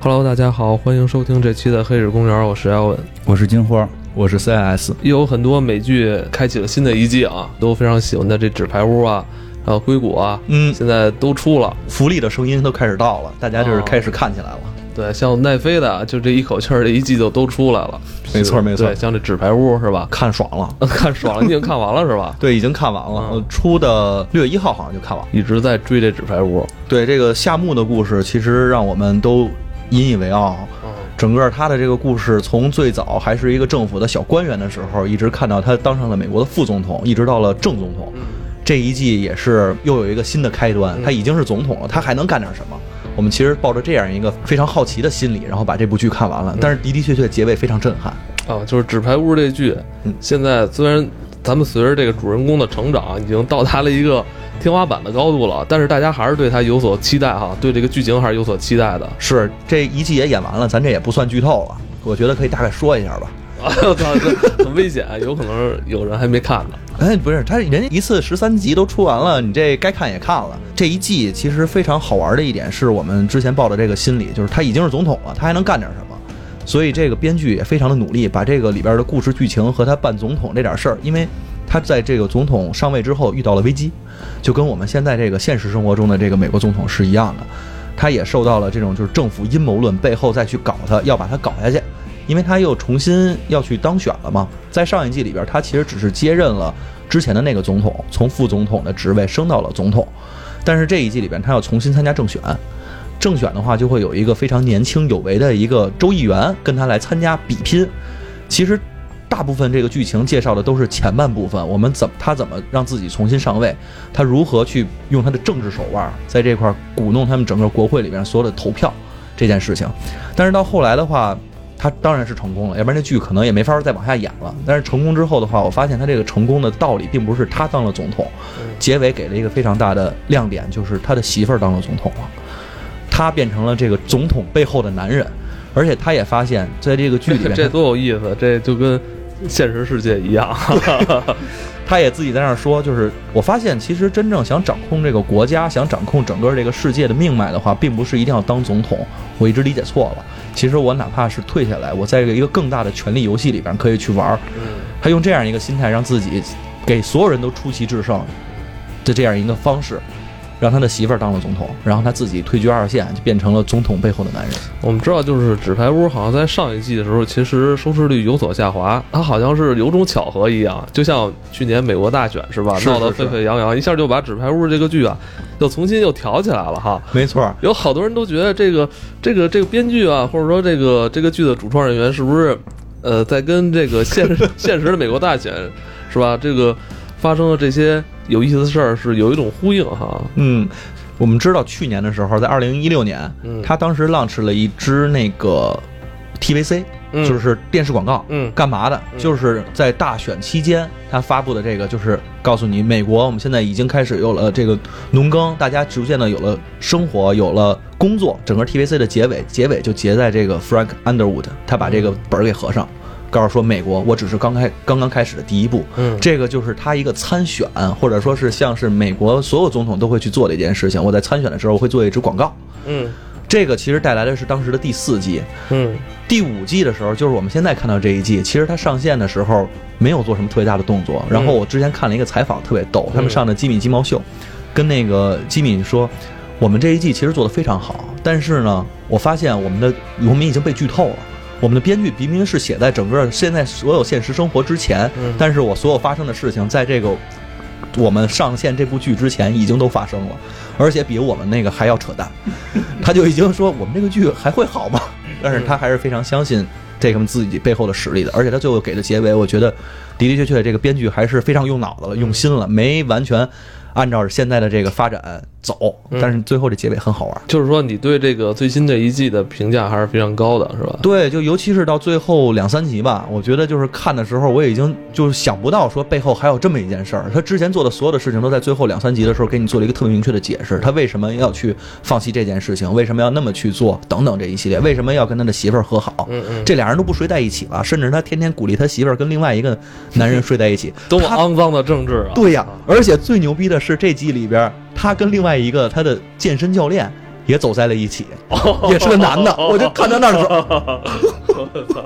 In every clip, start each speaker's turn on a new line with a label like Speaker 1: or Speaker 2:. Speaker 1: Hello，大家好，欢迎收听这期的《黑水公园》，我是 Elvin。
Speaker 2: 我是金花，我是 CS，
Speaker 1: 又有很多美剧开启了新的一季啊，都非常喜欢的这《纸牌屋》啊，还有《硅谷》啊，
Speaker 3: 嗯，
Speaker 1: 现在都出了。
Speaker 3: 福利的声音都开始到了，大家
Speaker 2: 哦
Speaker 3: 就是开始看起来了。
Speaker 1: 对，像奈飞的啊，就这一口气儿，这一季就都出来了。
Speaker 3: 没错
Speaker 1: 对
Speaker 3: 没错？
Speaker 1: 对，像这《纸牌屋》是吧
Speaker 3: 看爽
Speaker 2: 嗯
Speaker 3: 了，
Speaker 1: 看爽了，你已经看完了是吧？
Speaker 3: 对，已经看完了。
Speaker 1: 嗯
Speaker 3: 呃出的六月一号好像就看完了。
Speaker 1: 一直在追这《纸牌屋》。
Speaker 3: 对这个夏目的故事，其实让我们都引以为傲。
Speaker 1: 嗯，
Speaker 3: 整个他的这个故事，从最早还是一个政府的小官员的时候，一直看到他当上了美国的副总统，一直到了正总统。这一季也是又有一个新的开端，他已经是总统了，他还能干点什么？我们其实抱着这样一个非常好奇的心理，然后把这部剧看完了。但是的的确确，结尾非常震撼。
Speaker 1: 啊，就是《纸牌屋》这剧
Speaker 3: 嗯，
Speaker 1: 现在虽然咱们随着这个主人公的成长，已经到达了一个天花板的高度了，但是大家还是对他有所期待哈，对这个剧情还是有所期待的。
Speaker 3: 是这一季也演完了，咱这也不算剧透了，我觉得可以大概说一下吧。
Speaker 1: 啊，我操，这很危险，有可能有人还没看呢。
Speaker 3: 哎，不是，他人家一次十三集都出完了，你这该看也看了。这一季其实非常好玩的一点是我们之前抱的这个心理，就是他已经是总统了，他还能干点什么？所以这个编剧也非常的努力，把这个里边的故事剧情和他办总统这点事儿，因为他在这个总统上位之后遇到了危机，就跟我们现在这个现实生活中的这个美国总统是一样的，他也受到了这种就是政府阴谋论背后再去搞他，要把他搞下去。因为他又重新要去当选了嘛。在上一季里边，他其实只是接任了之前的那个总统，从副总统的职位升到了总统，但是这一季里边，他要重新参加政选。政选的话，就会有一个非常年轻有为的一个州议员跟他来参加比拼。其实，大部分这个剧情介绍的都是前半部分，我们怎么他怎么让自己重新上位，他如何去用他的政治手腕在这块儿鼓弄他们整个国会里边所有的投票这件事情。但是到后来的话，他当然是成功了，要不然这剧可能也没法再往下演了。但是成功之后的话，我发现他这个成功的道理并不是他当了总统，结尾给了一个非常大的亮点，就是他的媳妇儿当了总统了，他变成了这个总统背后的男人，而且他也发现，在这个剧 里边，
Speaker 1: 这多有意思，这就跟现实世界一 样。
Speaker 3: 他也自己在那儿说，就是我发现，其实真正想掌控这个国家、想掌控整个这个世界的命脉的话，并不是一定要当总统。我一直理解错了，其实我哪怕是退下来，我在一个更大的权力游戏里边可以去玩儿。他用这样一个心态，让自己给所有人都出奇制胜的这样一个方式，让他的媳妇儿当了总统，然后他自己退居二线，就变成了总统背后的男人。
Speaker 1: 我们知道，就是《纸牌屋》好像在上一季的时候，其实收视率有所下滑，它好像是有种巧合一样，就像去年美国大选是吧，
Speaker 3: 是是
Speaker 1: 闹得
Speaker 3: 是
Speaker 1: 沸沸扬扬，一下就把《纸牌屋》这个剧啊，又重新又挑起来了哈。
Speaker 3: 没错儿，
Speaker 1: 有好多人都觉得这个这个这个编剧啊，或者说这个这个剧的主创人员是不是呃在跟这 个现实现实的美国大选是吧？这个发生的这些有意思的事儿是有一种呼应哈。
Speaker 3: 嗯，我们知道去年的时候，在二零一六年，
Speaker 1: 嗯
Speaker 3: 他当时 launch 了一支那个 TVC，、
Speaker 1: 嗯
Speaker 3: 就是电视广告。
Speaker 1: 嗯
Speaker 3: 干嘛的？就是在大选期间，他发布的这个，就是告诉你，美国我们现在已经开始有了这个农耕，大家逐渐的有了生活，有了工作。整个 TVC 的结尾，结尾就结在这个 Frank Underwood，他把这个本儿给合上，告诉说美国，我只是刚开刚刚开始的第一步，
Speaker 1: 嗯
Speaker 3: 这个就是他一个参选，或者说是像是美国所有总统都会去做的一件事情。我在参选的时候我会做一支广告，
Speaker 1: 嗯
Speaker 3: 这个其实带来的是当时的第四季，
Speaker 1: 嗯
Speaker 3: 第五季的时候，就是我们现在看到这一季，其实它上线的时候没有做什么特别大的动作。然后我之前看了一个采访，特别逗，他们上的《吉米鸡毛秀》，跟那个吉米说，我们这一季其实做的非常好，但是呢，我发现我们的我们已经被剧透了。我们的编剧明明是写在整个现在所有现实生活之前，
Speaker 1: 嗯
Speaker 3: 但是我所有发生的事情，在这个我们上线这部剧之前已经都发生了，而且比我们那个还要扯淡。他就已经说我们这个剧还会好吗？但是他还是非常相信这个自己背后的实力的，而且他最后给的结尾，我觉得的的确确这个编剧还是非常用脑子了，用心了，没完全按照现在的这个发展走，但是最后这结尾很好玩。
Speaker 1: 就是说你对这个最新这一季的评价还是非常高的，是吧？
Speaker 3: 对，就尤其是到最后两三集吧，我觉得就是看的时候，我已经就是想不到说背后还有这么一件事儿。他之前做的所有的事情都在最后两三集的时候给你做了一个特别明确的解释，他为什么要去放弃这件事情，为什么要那么去做，等等这一系列，为什么要跟他的媳妇儿和好，
Speaker 1: 嗯嗯，，
Speaker 3: 这俩人都不睡在一起了，甚至他天天鼓励他媳妇儿跟另外一个男人睡在一起
Speaker 1: 多么
Speaker 3: 他
Speaker 1: 肮脏的政治啊！
Speaker 3: 对呀、而且最牛逼的是这季里边，他跟另外一个他的健身教练也走在了一起，
Speaker 1: 哦
Speaker 3: 也是个男的。我就看到那儿的时 候，
Speaker 1: 我操！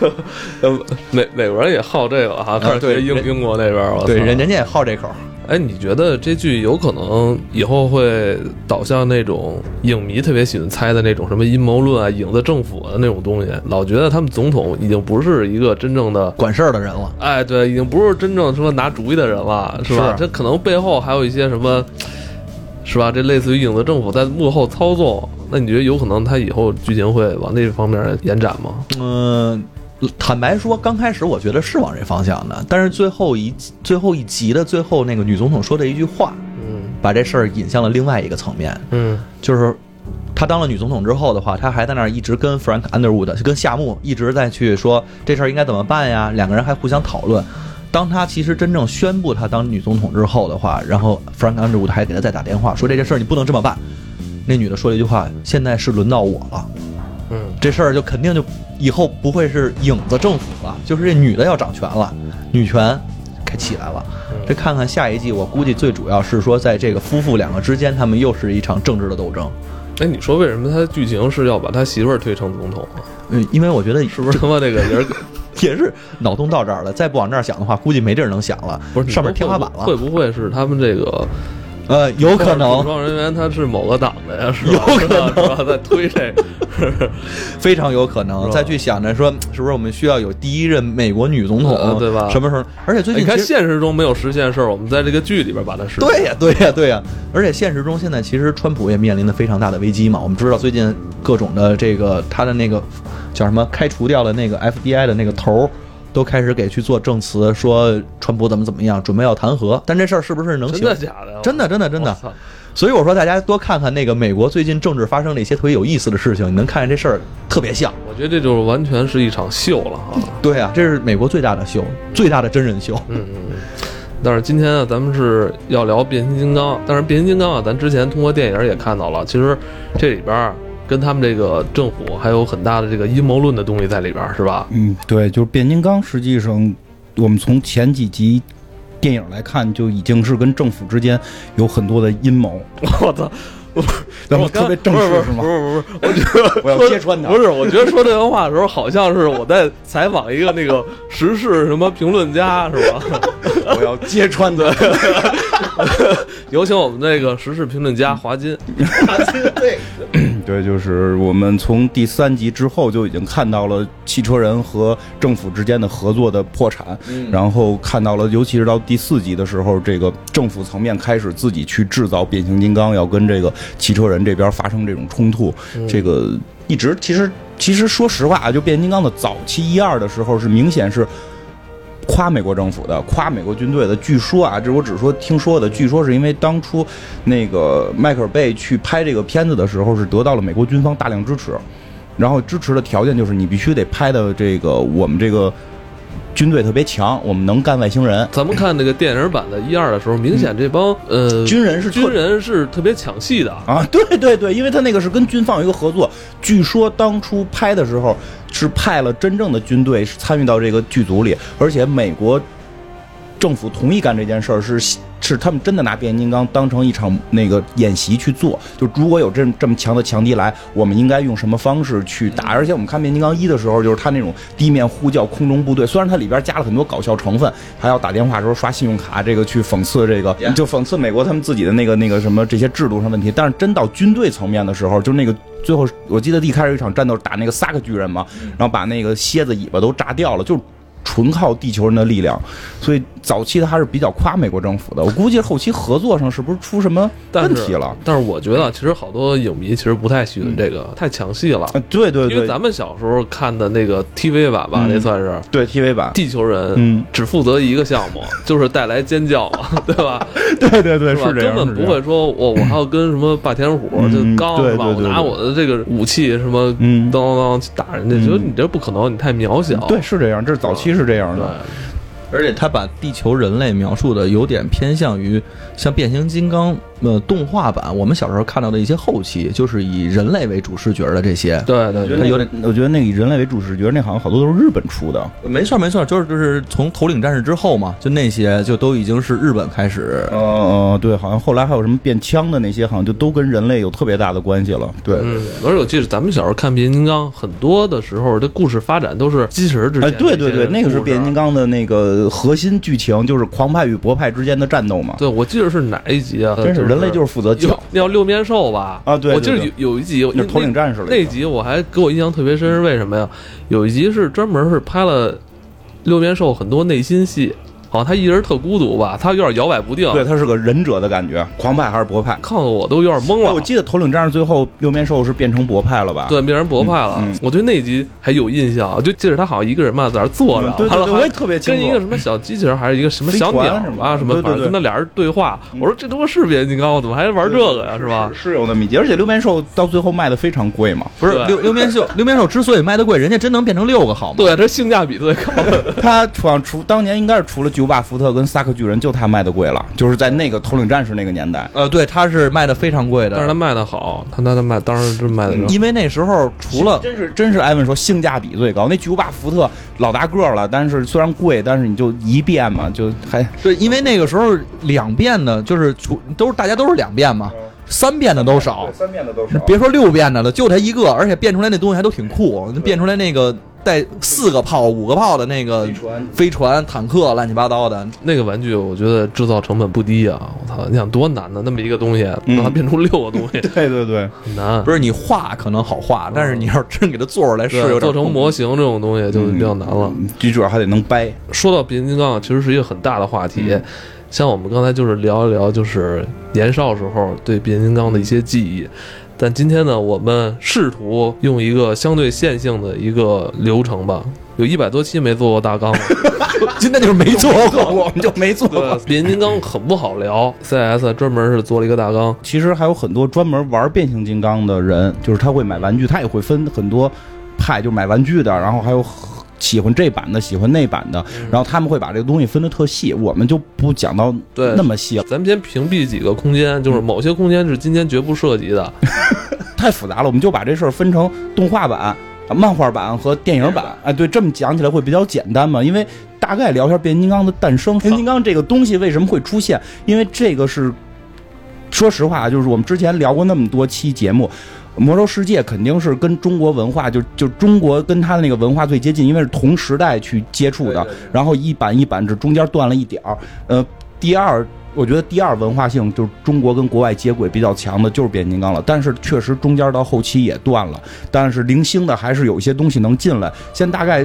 Speaker 1: 呃美美国人也好这个哈，开始学
Speaker 3: 对
Speaker 1: 英
Speaker 3: 人
Speaker 1: 英国那边儿，我操
Speaker 3: 对，人人家也好这口儿。
Speaker 1: 哎，你觉得这剧有可能以后会导向那种影迷特别喜欢猜的那种什么阴谋论啊、影子政府的那种东西？老觉得他们总统已经不是一个真正的，
Speaker 3: 管事儿的人了。
Speaker 1: 哎，对，已经不是真正说拿主意的人了，是吧？
Speaker 3: 是
Speaker 1: 这可能背后还有一些什么，是吧？这类似于影子政府在幕后操纵。那你觉得有可能他以后剧情会往那方面延展吗？
Speaker 3: 嗯、坦白说，刚开始我觉得是往这方向的，但是最后一最后一集的最后那个女总统说的一句话，
Speaker 1: 嗯
Speaker 3: 把这事儿引向了另外一个层面，
Speaker 1: 嗯
Speaker 3: 就是。她当了女总统之后的话，她还在那儿一直跟 Frank Underwood 跟夏目一直在去说这事儿应该怎么办呀，两个人还互相讨论。当她其实真正宣布她当女总统之后的话，然后 Frank Underwood 还给她再打电话说这件事儿你不能这么办。那女的说了一句话：“现在是轮到我了。”
Speaker 1: 嗯
Speaker 3: 这事儿就肯定就以后不会是影子政府了，就是这女的要掌权了，
Speaker 1: 嗯
Speaker 3: 女权该起来了。这看看下一季，我估计最主要是说，在这个夫妇两个之间，他们又是一场政治的斗争。
Speaker 1: 哎，你说为什么他剧情是要把他媳妇儿推成总统啊？
Speaker 3: 嗯，因为我觉得
Speaker 1: 是不是他妈这个人
Speaker 3: 也是脑洞到这儿了，再不往这儿想的话，估计没地儿能想了。
Speaker 1: 不是你
Speaker 3: 上面
Speaker 1: 说
Speaker 3: 天花
Speaker 1: 会不
Speaker 3: 板了，
Speaker 1: 会不会是他们这个
Speaker 3: 呃，有可
Speaker 1: 主
Speaker 3: 能，
Speaker 1: 创人员他是某个党的呀？是吧
Speaker 3: 有可能
Speaker 1: 是吧？是吧在推这 个，
Speaker 3: 非常有可
Speaker 1: 是
Speaker 3: 能。
Speaker 1: 吧
Speaker 3: 再去想着说，是不是我们需要有第一任美国女总
Speaker 1: 呃
Speaker 3: 统，
Speaker 1: 对吧
Speaker 3: 什么时候？而且最
Speaker 1: 你
Speaker 3: 近
Speaker 1: 看
Speaker 3: 其实
Speaker 1: 现实中没有实现的事儿，我们在这个剧里边把它实现。
Speaker 3: 对呀，对呀，对呀！而且现实中现在其实川普也面临的非常大的危机嘛。我们知道最近各种的这个他的那个叫什么开除掉的那个 FBI 的那个头儿，都开始给去做证词，说川普怎么怎么样，准备要弹劾。但这事儿是不是能
Speaker 1: 真
Speaker 3: 行？
Speaker 1: 的假的呀？
Speaker 3: 真的真的真的
Speaker 1: 我操
Speaker 3: 所以我说大家多看看那个美国最近政治发生的一些特别有意思的事情，你能看见这事儿特别像。
Speaker 1: 我觉得这就是完全是一场秀了 哈。
Speaker 3: 对啊，这是美国最大的秀，最大的真人 秀。
Speaker 1: 嗯嗯。嗯但是今天啊呢，咱们是要聊变形金刚。但是变形金刚啊，咱之前通过电影也看到了，其实这里边儿跟他们这个政府还有很大的这个阴谋论的东西在里边儿，是 吧？
Speaker 2: 嗯，对，就是变形金刚，实际上我们从前几集电影来看，就已经是跟政府之间有很多的阴谋。
Speaker 1: 我操！
Speaker 2: 咱们特别正
Speaker 1: 不
Speaker 2: 式
Speaker 1: 是
Speaker 2: 是吗
Speaker 1: 不？是不是不是，我觉得
Speaker 2: 我要揭穿他
Speaker 1: 不是，我觉得说这段话的时候，好像是我在采访一个那个时事什么评论家，是吧？
Speaker 2: 我要揭穿的。
Speaker 1: 有请我们那个时事评论家华金。
Speaker 3: 啊对，
Speaker 2: 对，就是我们从第三集之后就已经看到了汽车人和政府之间的合作的破产，然后看到了，尤其是到第四集的时候，这个政府层面开始自己去制造变形金刚，要跟这个汽车人这边发生这种冲突，这个一直其实其实说实话啊，就变形金刚的早期一二的时候是明显是。夸美国政府的，夸美国军队的。据说啊，这我只是说听说的，据说是因为当初那个迈克尔贝去拍这个片子的时候，是得到了美国军方大量支持，然后支持的条件就是你必须得拍的这个我们这个军队特别强，我们能干外星人。
Speaker 1: 咱们看那个电影版的一二的时候，明显这帮呃
Speaker 2: 军人是特
Speaker 1: 军人是特别抢戏的。
Speaker 2: 啊，对对对，因为他那个是跟军方有一个合作，据说当初拍的时候是派了真正的军队是参与到这个剧组里，而且美国政府同意干这件事儿，是是他们真的拿变形金刚当成一场那个演习去做。就如果有这这么强的强敌来，我们应该用什么方式去打？而且我们看变形金刚一的时候，就是他那种地面呼叫空中部队，虽然它里边加了很多搞笑成分，还要打电话的时候刷信用卡，这个去讽刺这个
Speaker 3: Yeah，
Speaker 2: 就讽刺美国他们自己的那个那个什么这些制度上问题。但是真到军队层面的时候，就是那个。最后，我记得一开始有一场战斗打那个萨克巨人嘛，然后把那个蝎子尾巴都炸掉了，就是纯靠地球人的力量。所以早期他还是比较夸美国政府的。我估计后期合作上是不是出什么
Speaker 1: 但
Speaker 2: 问
Speaker 1: 是
Speaker 2: 题了？
Speaker 1: 但是我觉得，其实好多影迷其实不太喜欢这个，太抢戏了。
Speaker 2: 啊，对对
Speaker 1: 因为
Speaker 2: 对，
Speaker 1: 咱们小时候看的那个 TV 版吧，
Speaker 2: 嗯
Speaker 1: 那算是
Speaker 2: 对 TV 版，
Speaker 1: 地球人，
Speaker 2: 嗯，
Speaker 1: 只负责一个项 目，就是带来尖叫嘛，对吧？
Speaker 2: 对对对，
Speaker 1: 吧？
Speaker 2: 是这
Speaker 1: 根
Speaker 2: 样，
Speaker 1: 本
Speaker 2: 是这
Speaker 1: 不
Speaker 2: 样
Speaker 1: 会说我我还要跟什么霸天虎
Speaker 2: 嗯
Speaker 1: 就刚
Speaker 2: 对
Speaker 1: 是吧？
Speaker 2: 对
Speaker 1: 我
Speaker 2: 对
Speaker 1: 拿
Speaker 2: 对
Speaker 1: 我的这个武器什么
Speaker 2: 嗯
Speaker 1: 当当当去打人家，
Speaker 2: 嗯
Speaker 1: 觉得你这不可能，你太渺小。
Speaker 2: 对，是这样，这早期是这样
Speaker 1: 对
Speaker 2: 的，
Speaker 3: 而且他把地球人类描述的有点偏向于像变形金刚呃动画版我们小时候看到的一些后期，就是以人类为主视角的这些。
Speaker 1: 对对对
Speaker 2: 它有点，我觉得那以人类为主视觉，那好像好多都是日本出的。
Speaker 3: 没错没错，就是就是从头领战士之后嘛，就那些就都已经是日本开始。
Speaker 2: 嗯嗯，对，好像后来还有什么变枪的那些，好像就都跟人类有特别大的关系了。对，
Speaker 1: 嗯，而且我记得咱们小时候看变形金刚，很多的时候这故事发展都是机器人之间
Speaker 2: 哎，
Speaker 1: 的一些故事
Speaker 2: 对
Speaker 1: 啊。
Speaker 2: 对对，那个是变形金刚的那个核心剧情，就是狂派与博派之间的战斗嘛。
Speaker 1: 对，我记得是哪一集啊？
Speaker 2: 真是人类就是是负责
Speaker 1: 有
Speaker 2: 叫，
Speaker 1: 要六面兽吧？
Speaker 2: 啊对
Speaker 1: 我记得
Speaker 2: 对
Speaker 1: 有有一集，
Speaker 2: 那是头领战士了已
Speaker 1: 那
Speaker 2: 经。
Speaker 1: 那集我还给我印象特别深，是为什么呀？有一集是专门是拍了六面兽很多内心戏，好像他一人特孤独吧，他有点摇摆不定，
Speaker 2: 对，他是个忍者的感觉，狂派还是博派？
Speaker 1: 看得我都有点懵
Speaker 2: 哎
Speaker 1: 了。
Speaker 2: 我记得头领战士最后六面兽是变成博派了吧？
Speaker 1: 对，变成博派了。
Speaker 2: 嗯嗯
Speaker 1: 我对那集还有印象，就记着他好像一个人嘛，在那儿坐着，
Speaker 2: 嗯对对
Speaker 1: 完了
Speaker 2: 对
Speaker 1: 还
Speaker 2: 我也特别清楚
Speaker 1: 跟一个什么小机器人还是一个什么
Speaker 2: 飞
Speaker 1: 小
Speaker 2: 船
Speaker 1: 鸟
Speaker 2: 什么
Speaker 1: 啊
Speaker 2: 的
Speaker 1: 什么，
Speaker 2: 对对
Speaker 1: 反正
Speaker 2: 对嗯
Speaker 1: 跟他俩人对话。我说这他妈是变形金刚吗，我怎么还玩这个呀？是吧？
Speaker 2: 是有那么一集，而且六面兽到最后卖的非常贵 嘛。
Speaker 3: 不是
Speaker 1: 对
Speaker 3: 六六面兽，六面兽之所以卖的贵，人家真能变成六个好吗？
Speaker 1: 对，这性价比最高。
Speaker 2: 他好像除当年应该是除了巨无霸福特跟萨克巨人，就他卖的贵了，就是在那个头领战士那个年代。
Speaker 3: 呃，对，它是卖的非常贵的。嗯
Speaker 1: 但是他卖的好，他他他卖当时真卖的
Speaker 3: 因为那时候除了
Speaker 2: 真是真是艾文说性价比最高，那巨无霸福特老大个儿了，但是虽然贵，但是你就一遍嘛，就还
Speaker 3: 对，因为那个时候两遍的，就是除都是大家都是两遍嘛，三遍的都少，
Speaker 2: 三遍的都
Speaker 3: 别说六遍的了，就他一个，而且变出来那东西还都挺酷，变出来那个带四个炮、五个炮的那个
Speaker 2: 飞船
Speaker 3: 飞船、坦克，乱七八糟的。
Speaker 1: 那个玩具，我觉得制造成本不低啊！我操，你想多难呢？那么一个东西，
Speaker 2: 嗯
Speaker 1: 让它变出六个东 西，
Speaker 2: 对对对，
Speaker 1: 很难。
Speaker 3: 不是你画可能好画，但是你要真给它做出来是
Speaker 1: 对
Speaker 3: 有点
Speaker 1: 做成
Speaker 3: 痛苦
Speaker 1: 模型这种东西就比较难了。
Speaker 2: 嗯，最主要还得能掰。
Speaker 1: 说到变形金刚，其实是一个很大的话题。
Speaker 2: 嗯
Speaker 1: 像我们刚才就是聊一聊，就是年少时候对变形金刚的一些记忆。但今天呢，我们试图用一个相对线性的一个流程吧，有一百多期没做过大纲了。
Speaker 3: 今天就是没做 过，
Speaker 2: 我们就没 做
Speaker 1: 对，变形金刚很不好聊，CS 专门是做了一个大纲。
Speaker 2: 其实还有很多专门玩变形金刚的人，就是他会买玩具，他也会分很多派，就是买玩具的，然后还有喜欢这版的，喜欢那版的，然后他们会把这个东西分得特细，我们就不讲到
Speaker 1: 对
Speaker 2: 那么细了，
Speaker 1: 咱们先屏蔽几个空间，就是某些空间是今天绝不涉及的。
Speaker 2: 太复杂了，我们就把这事儿分成动画版、啊漫画版和电影版。哎，对，这么讲起来会比较简单嘛，因为大概聊一下变形金刚的诞生。变形金刚这个东西为什么会出现？因为这个是，说实话，啊就是我们之前聊过那么多期节目。魔兽世界肯定是跟中国文化，就就中国跟它的那个文化最接近，因为是同时代去接触的。
Speaker 3: 对对对
Speaker 2: 然后一版一版，这中间断了一点儿。呃，第二，我觉得第二文化性就是中国跟国外接轨比较强的，就是变形金刚了。但是确实中间到后期也断了，但是零星的还是有一些东西能进来。先大概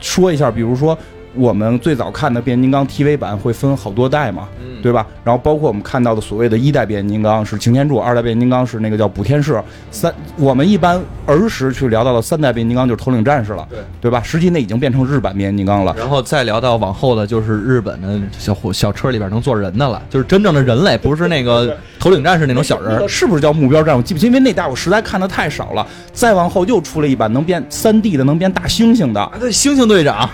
Speaker 2: 说一下，比如说我们最早看的变形金刚 TV 版会分好多代嘛，
Speaker 3: 嗯
Speaker 2: 对吧？然后包括我们看到的所谓的一代变形金刚是擎天柱，二代变形金刚是那个叫补天士，三我们一般儿时去聊到的三代变形金刚就是头领战士了，
Speaker 3: 对
Speaker 2: 对吧？实际那已经变成日版变形金刚了。
Speaker 3: 然后再聊到往后的，就是日本的小火小车里边能坐人的了，就是真正的人类，不是那个头领战士那种小人
Speaker 2: 那
Speaker 3: 儿
Speaker 2: 个。是不是叫目标战？我记不清，因为那代我实在看的太少了。再往后又出了一版能变三 D 的，能变大猩猩的，
Speaker 3: 啊，对，猩猩队长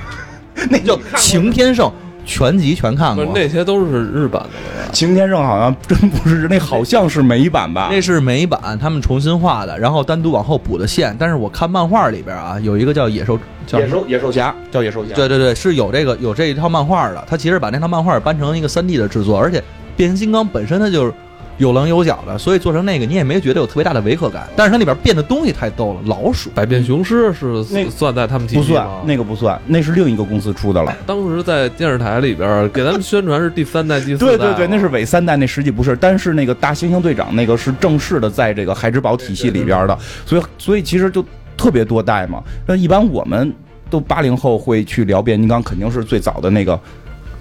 Speaker 2: 那叫
Speaker 3: 叫擎天圣，全集全看
Speaker 1: 不
Speaker 3: 过
Speaker 1: 是。那些都是日版的了吧？
Speaker 2: 擎天圣好像真不是，那好像是美版吧？
Speaker 3: 那是美版，他们重新画的，然后单独往后补的线。但是我看漫画里边啊，有一个叫野兽，叫
Speaker 2: 野兽野兽侠叫野兽侠，
Speaker 3: 对对对，是有这个有这一套漫画的。他其实把那套漫画搬成一个三 D 的制作，而且变形金刚本身它就是有棱有角的，所以做成那个你也没觉得有特别大的违和感。但是它里边变的东西太逗了，老鼠。
Speaker 1: 百变雄狮是
Speaker 2: 那
Speaker 1: 算在他们体
Speaker 2: 不
Speaker 1: 系
Speaker 2: 算
Speaker 1: 吗？
Speaker 2: 那个不算，那是另一个公司出的了。
Speaker 1: 当时在电视台里边儿给咱们宣传是第三代、第四代
Speaker 2: 对
Speaker 1: 了，
Speaker 2: 对对，那是伪三代，那实际不是。但是那个大猩猩队长那个是正式的，在这个孩之宝体系里边的，所以所以其实就特别多代嘛。那一般我们都八零后会去聊变形金刚，肯定是最早的那个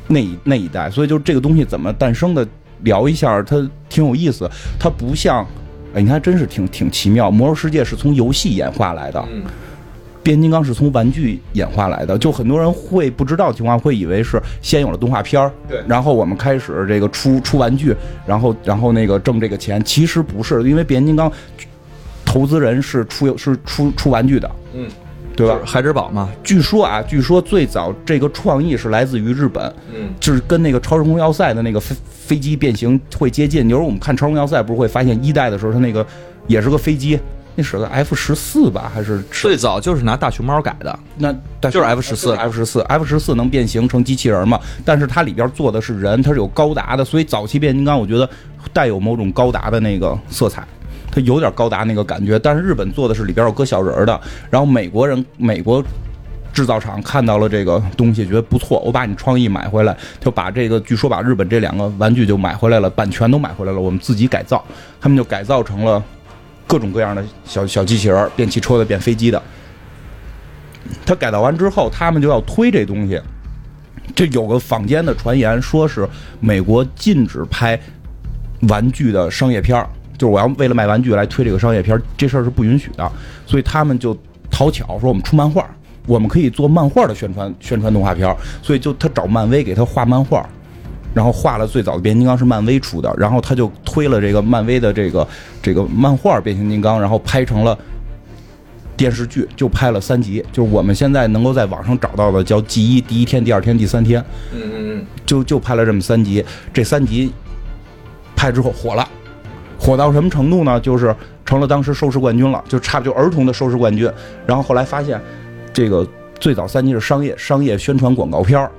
Speaker 2: 那一那一代，所以就这个东西怎么诞生的，聊一下它挺有意思。它不像，哎，你看真是挺挺奇妙。魔兽世界是从游戏演化来的，
Speaker 3: 嗯，
Speaker 2: 变形金刚是从玩具演化来的，就很多人会不知道的情况，会以为是先有了动画片儿，
Speaker 3: 对
Speaker 2: 然后我们开始这个出出玩具，然后然后那个挣这个钱，其实不是，因为变形金刚投资人是出是出出玩具的，
Speaker 3: 嗯，
Speaker 2: 对吧
Speaker 3: 就是？孩之宝嘛，
Speaker 2: 据说啊，据说最早这个创意是来自于日本，
Speaker 1: 嗯，
Speaker 2: 就是跟那个超时空要塞的那个飞飞机变形会接近。有时候我们看超时空要塞，不是会发现一代的时候，它那个也是个飞机，那是个 F 十四吧，还是
Speaker 3: 最早就是拿大熊猫改的，
Speaker 2: 那但呃
Speaker 3: 就是 F-14
Speaker 2: F 十四，F 十四能变形成机器人嘛？但是它里边做的是人，它是有高达的，所以早期变形金刚我觉得带有某种高达的那个色彩。它有点高达那个感觉，但是日本做的是里边有搁小人儿的，然后美国人美国制造厂看到了这个东西，觉得不错，我把你创意买回来，就把这个据说把日本这两个玩具就买回来了，版权都买回来了，我们自己改造，他们就改造成了各种各样的小小机器人儿，变汽车的，变飞机的。他改造完之后，他们就要推这东西。这有个坊间的传言，说是美国禁止拍玩具的商业片儿，就是我要为了卖玩具来推这个商业片儿，这事儿是不允许的。所以他们就讨巧说我们出漫画，我们可以做漫画的宣传宣传动画片儿。所以就他找漫威给他画漫画，然后画了最早的变形金刚是漫威出的，然后他就推了这个漫威的这个这个漫画变形金刚，然后拍成了电视剧，就拍了三集，就是我们现在能够在网上找到的叫《G 一》第一天、第二天、第三天，
Speaker 1: 嗯嗯
Speaker 2: 就就拍了这么三集，这三集拍之后火了。火到什么程度呢？就是成了当时收视冠军了，就差就儿童的收视冠军。然后后来发现，这个最早三集是商业商业宣传广告片儿，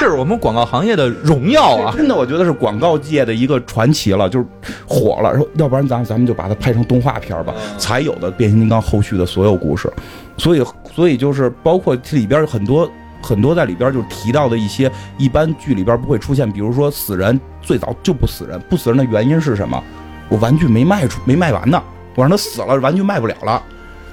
Speaker 3: 这是我们广告行业的荣耀啊！
Speaker 2: 真的，我觉得是广告界的一个传奇了，就是火了。说要不然咱们咱们就把它拍成动画片吧，
Speaker 1: 嗯
Speaker 2: 才有的变形金刚后续的所有故事。所以，所以就是包括这里边有很多很多在里边就提到的一些一般剧里边不会出现，比如说死人，最早就不死人，不死人的原因是什么？我玩具没卖出，没卖完呢，我让他死了，玩具卖不了了。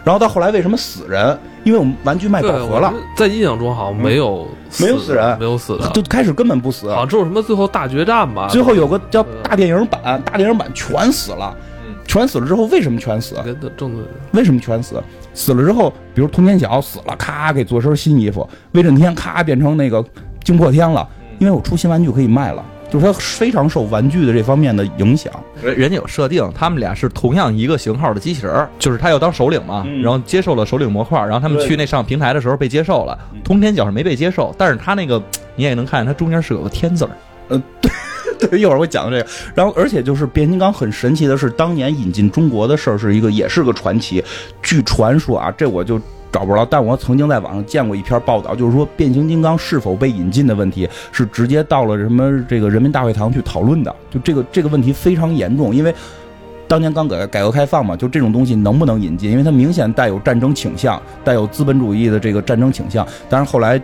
Speaker 2: 然后到后来为什么死人？因为我们玩具卖
Speaker 1: 嗯，
Speaker 2: 饱
Speaker 1: 对，
Speaker 2: 和了嗯
Speaker 1: 我，在印象中好像没有
Speaker 2: 没有死人
Speaker 1: 没有死的，
Speaker 2: 就开始根本不死。
Speaker 1: 好像只有什么最后大决战吧，
Speaker 2: 最后有个叫大电影版，大电影版全死了
Speaker 1: 嗯，
Speaker 2: 全死了之后为什么全死？
Speaker 1: 跟正对
Speaker 2: 为什么全死？死了之后，比如通天晓死了，咔给做身新衣服；威震天咔变成那个惊破天了，
Speaker 1: 嗯
Speaker 2: 因为我出新玩具可以卖了，就是它非常受玩具的这方面的影响。
Speaker 3: 人人家有设定，他们俩是同样一个型号的机器人儿，就是他要当首领嘛，
Speaker 2: 嗯
Speaker 3: 然后接受了首领模块，然后他们
Speaker 2: 对
Speaker 3: 去那上平台的时候被接受了，通天角是没被接受，但是他那个你也能看见，他中间是有个天字儿，
Speaker 2: 对，一会儿会讲到这个。然后，而且就是变形金刚很神奇的是，当年引进中国的事儿是一个，也是个传奇。据传说啊，这我就找不着，但我曾经在网上见过一篇报道，就是说变形金刚是否被引进的问题是直接到了什么这个人民大会堂去讨论的，就这个这个问题非常严重，因为。当年刚改改革开放嘛，就这种东西能不能引进？因为它明显带有战争倾向，带有资本主义的这个战争倾向。但是后来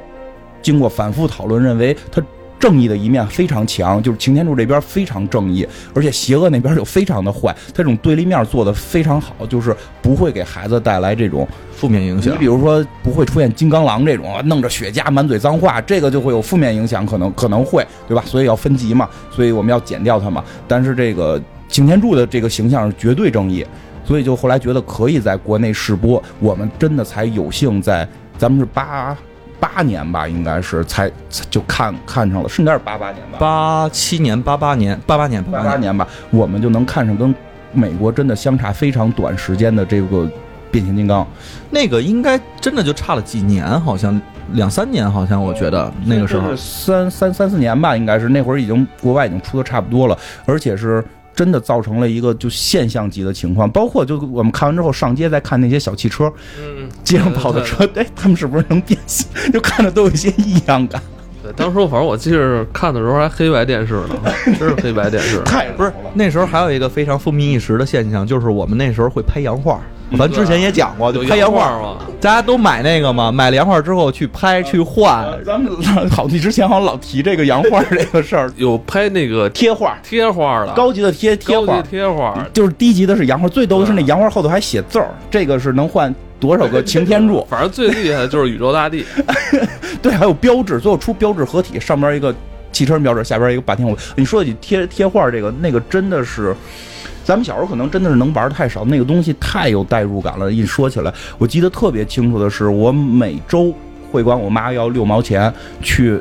Speaker 2: 经过反复讨论，认为它正义的一面非常强，就是擎天柱这边非常正义，而且邪恶那边又非常的坏，它这种对立面做的非常好，就是不会给孩子带来这种，
Speaker 3: 负面影
Speaker 2: 你
Speaker 3: 响
Speaker 2: 比。如说不会出现金刚狼这种啊弄着雪茄满嘴脏话，这个就会有负面影响，可能可能会对吧？所以要分级嘛，所以我们要减掉它嘛。但是这个擎天柱的这个形象是绝对正义，所以就后来觉得可以在国内试播，我们真的才有幸在咱们是八。八年吧，应该是才才就看看上了，是那是八八年吧？
Speaker 3: 八七年、八八年、八八年、
Speaker 2: 八
Speaker 3: 八
Speaker 2: 八年吧，我们就能看上跟美国真的相差非常短时间的这个变形金刚。
Speaker 3: 那个应该真的就差了几年，好像两三年，好像我觉得那个时候
Speaker 2: 这三三三四年吧，应该是那会儿已经国外已经出的差不多了，而且是。真的造成了一个就现象级的情况，包括就我们看完之后上街再看那些小汽车，
Speaker 1: 嗯，
Speaker 2: 街上跑的车，哎，他们是不是能变形？ 就看着都有一些异样感，
Speaker 1: 对，当时我反正我记着看的时候还黑白电视呢， 真是黑白电视。
Speaker 2: 太
Speaker 3: 不是那时候还有一个非常风靡一时的现象，就是我们那时候会拍洋 画，咱之前也讲过，就
Speaker 1: 有
Speaker 3: 拍啊洋
Speaker 1: 洋
Speaker 3: 画
Speaker 1: 画吗
Speaker 3: 大家都买那个嘛，买了洋画之后去拍去换，
Speaker 2: 咱们好，你之前好像老提这个洋画这个事儿，
Speaker 1: 有拍那个贴
Speaker 2: 贴画，
Speaker 1: 贴画的，
Speaker 2: 高级的贴贴
Speaker 1: 高
Speaker 2: 画
Speaker 1: 级，贴画，
Speaker 2: 就是低级的是洋画，最多的是那
Speaker 1: 对？
Speaker 2: 洋画后头还写字儿，这个是能换多少个擎天柱
Speaker 1: 反正最厉害的就是宇宙大帝。
Speaker 2: 对，还有标志，最后出标志合体，上边一个汽车标志，下边一个霸天虎。你说起贴贴画这个，那个真的是。咱们小时候可能真的是能玩的太少，那个东西太有代入感了。一说起来，我记得特别清楚的是，我每周会管我妈要六毛钱去，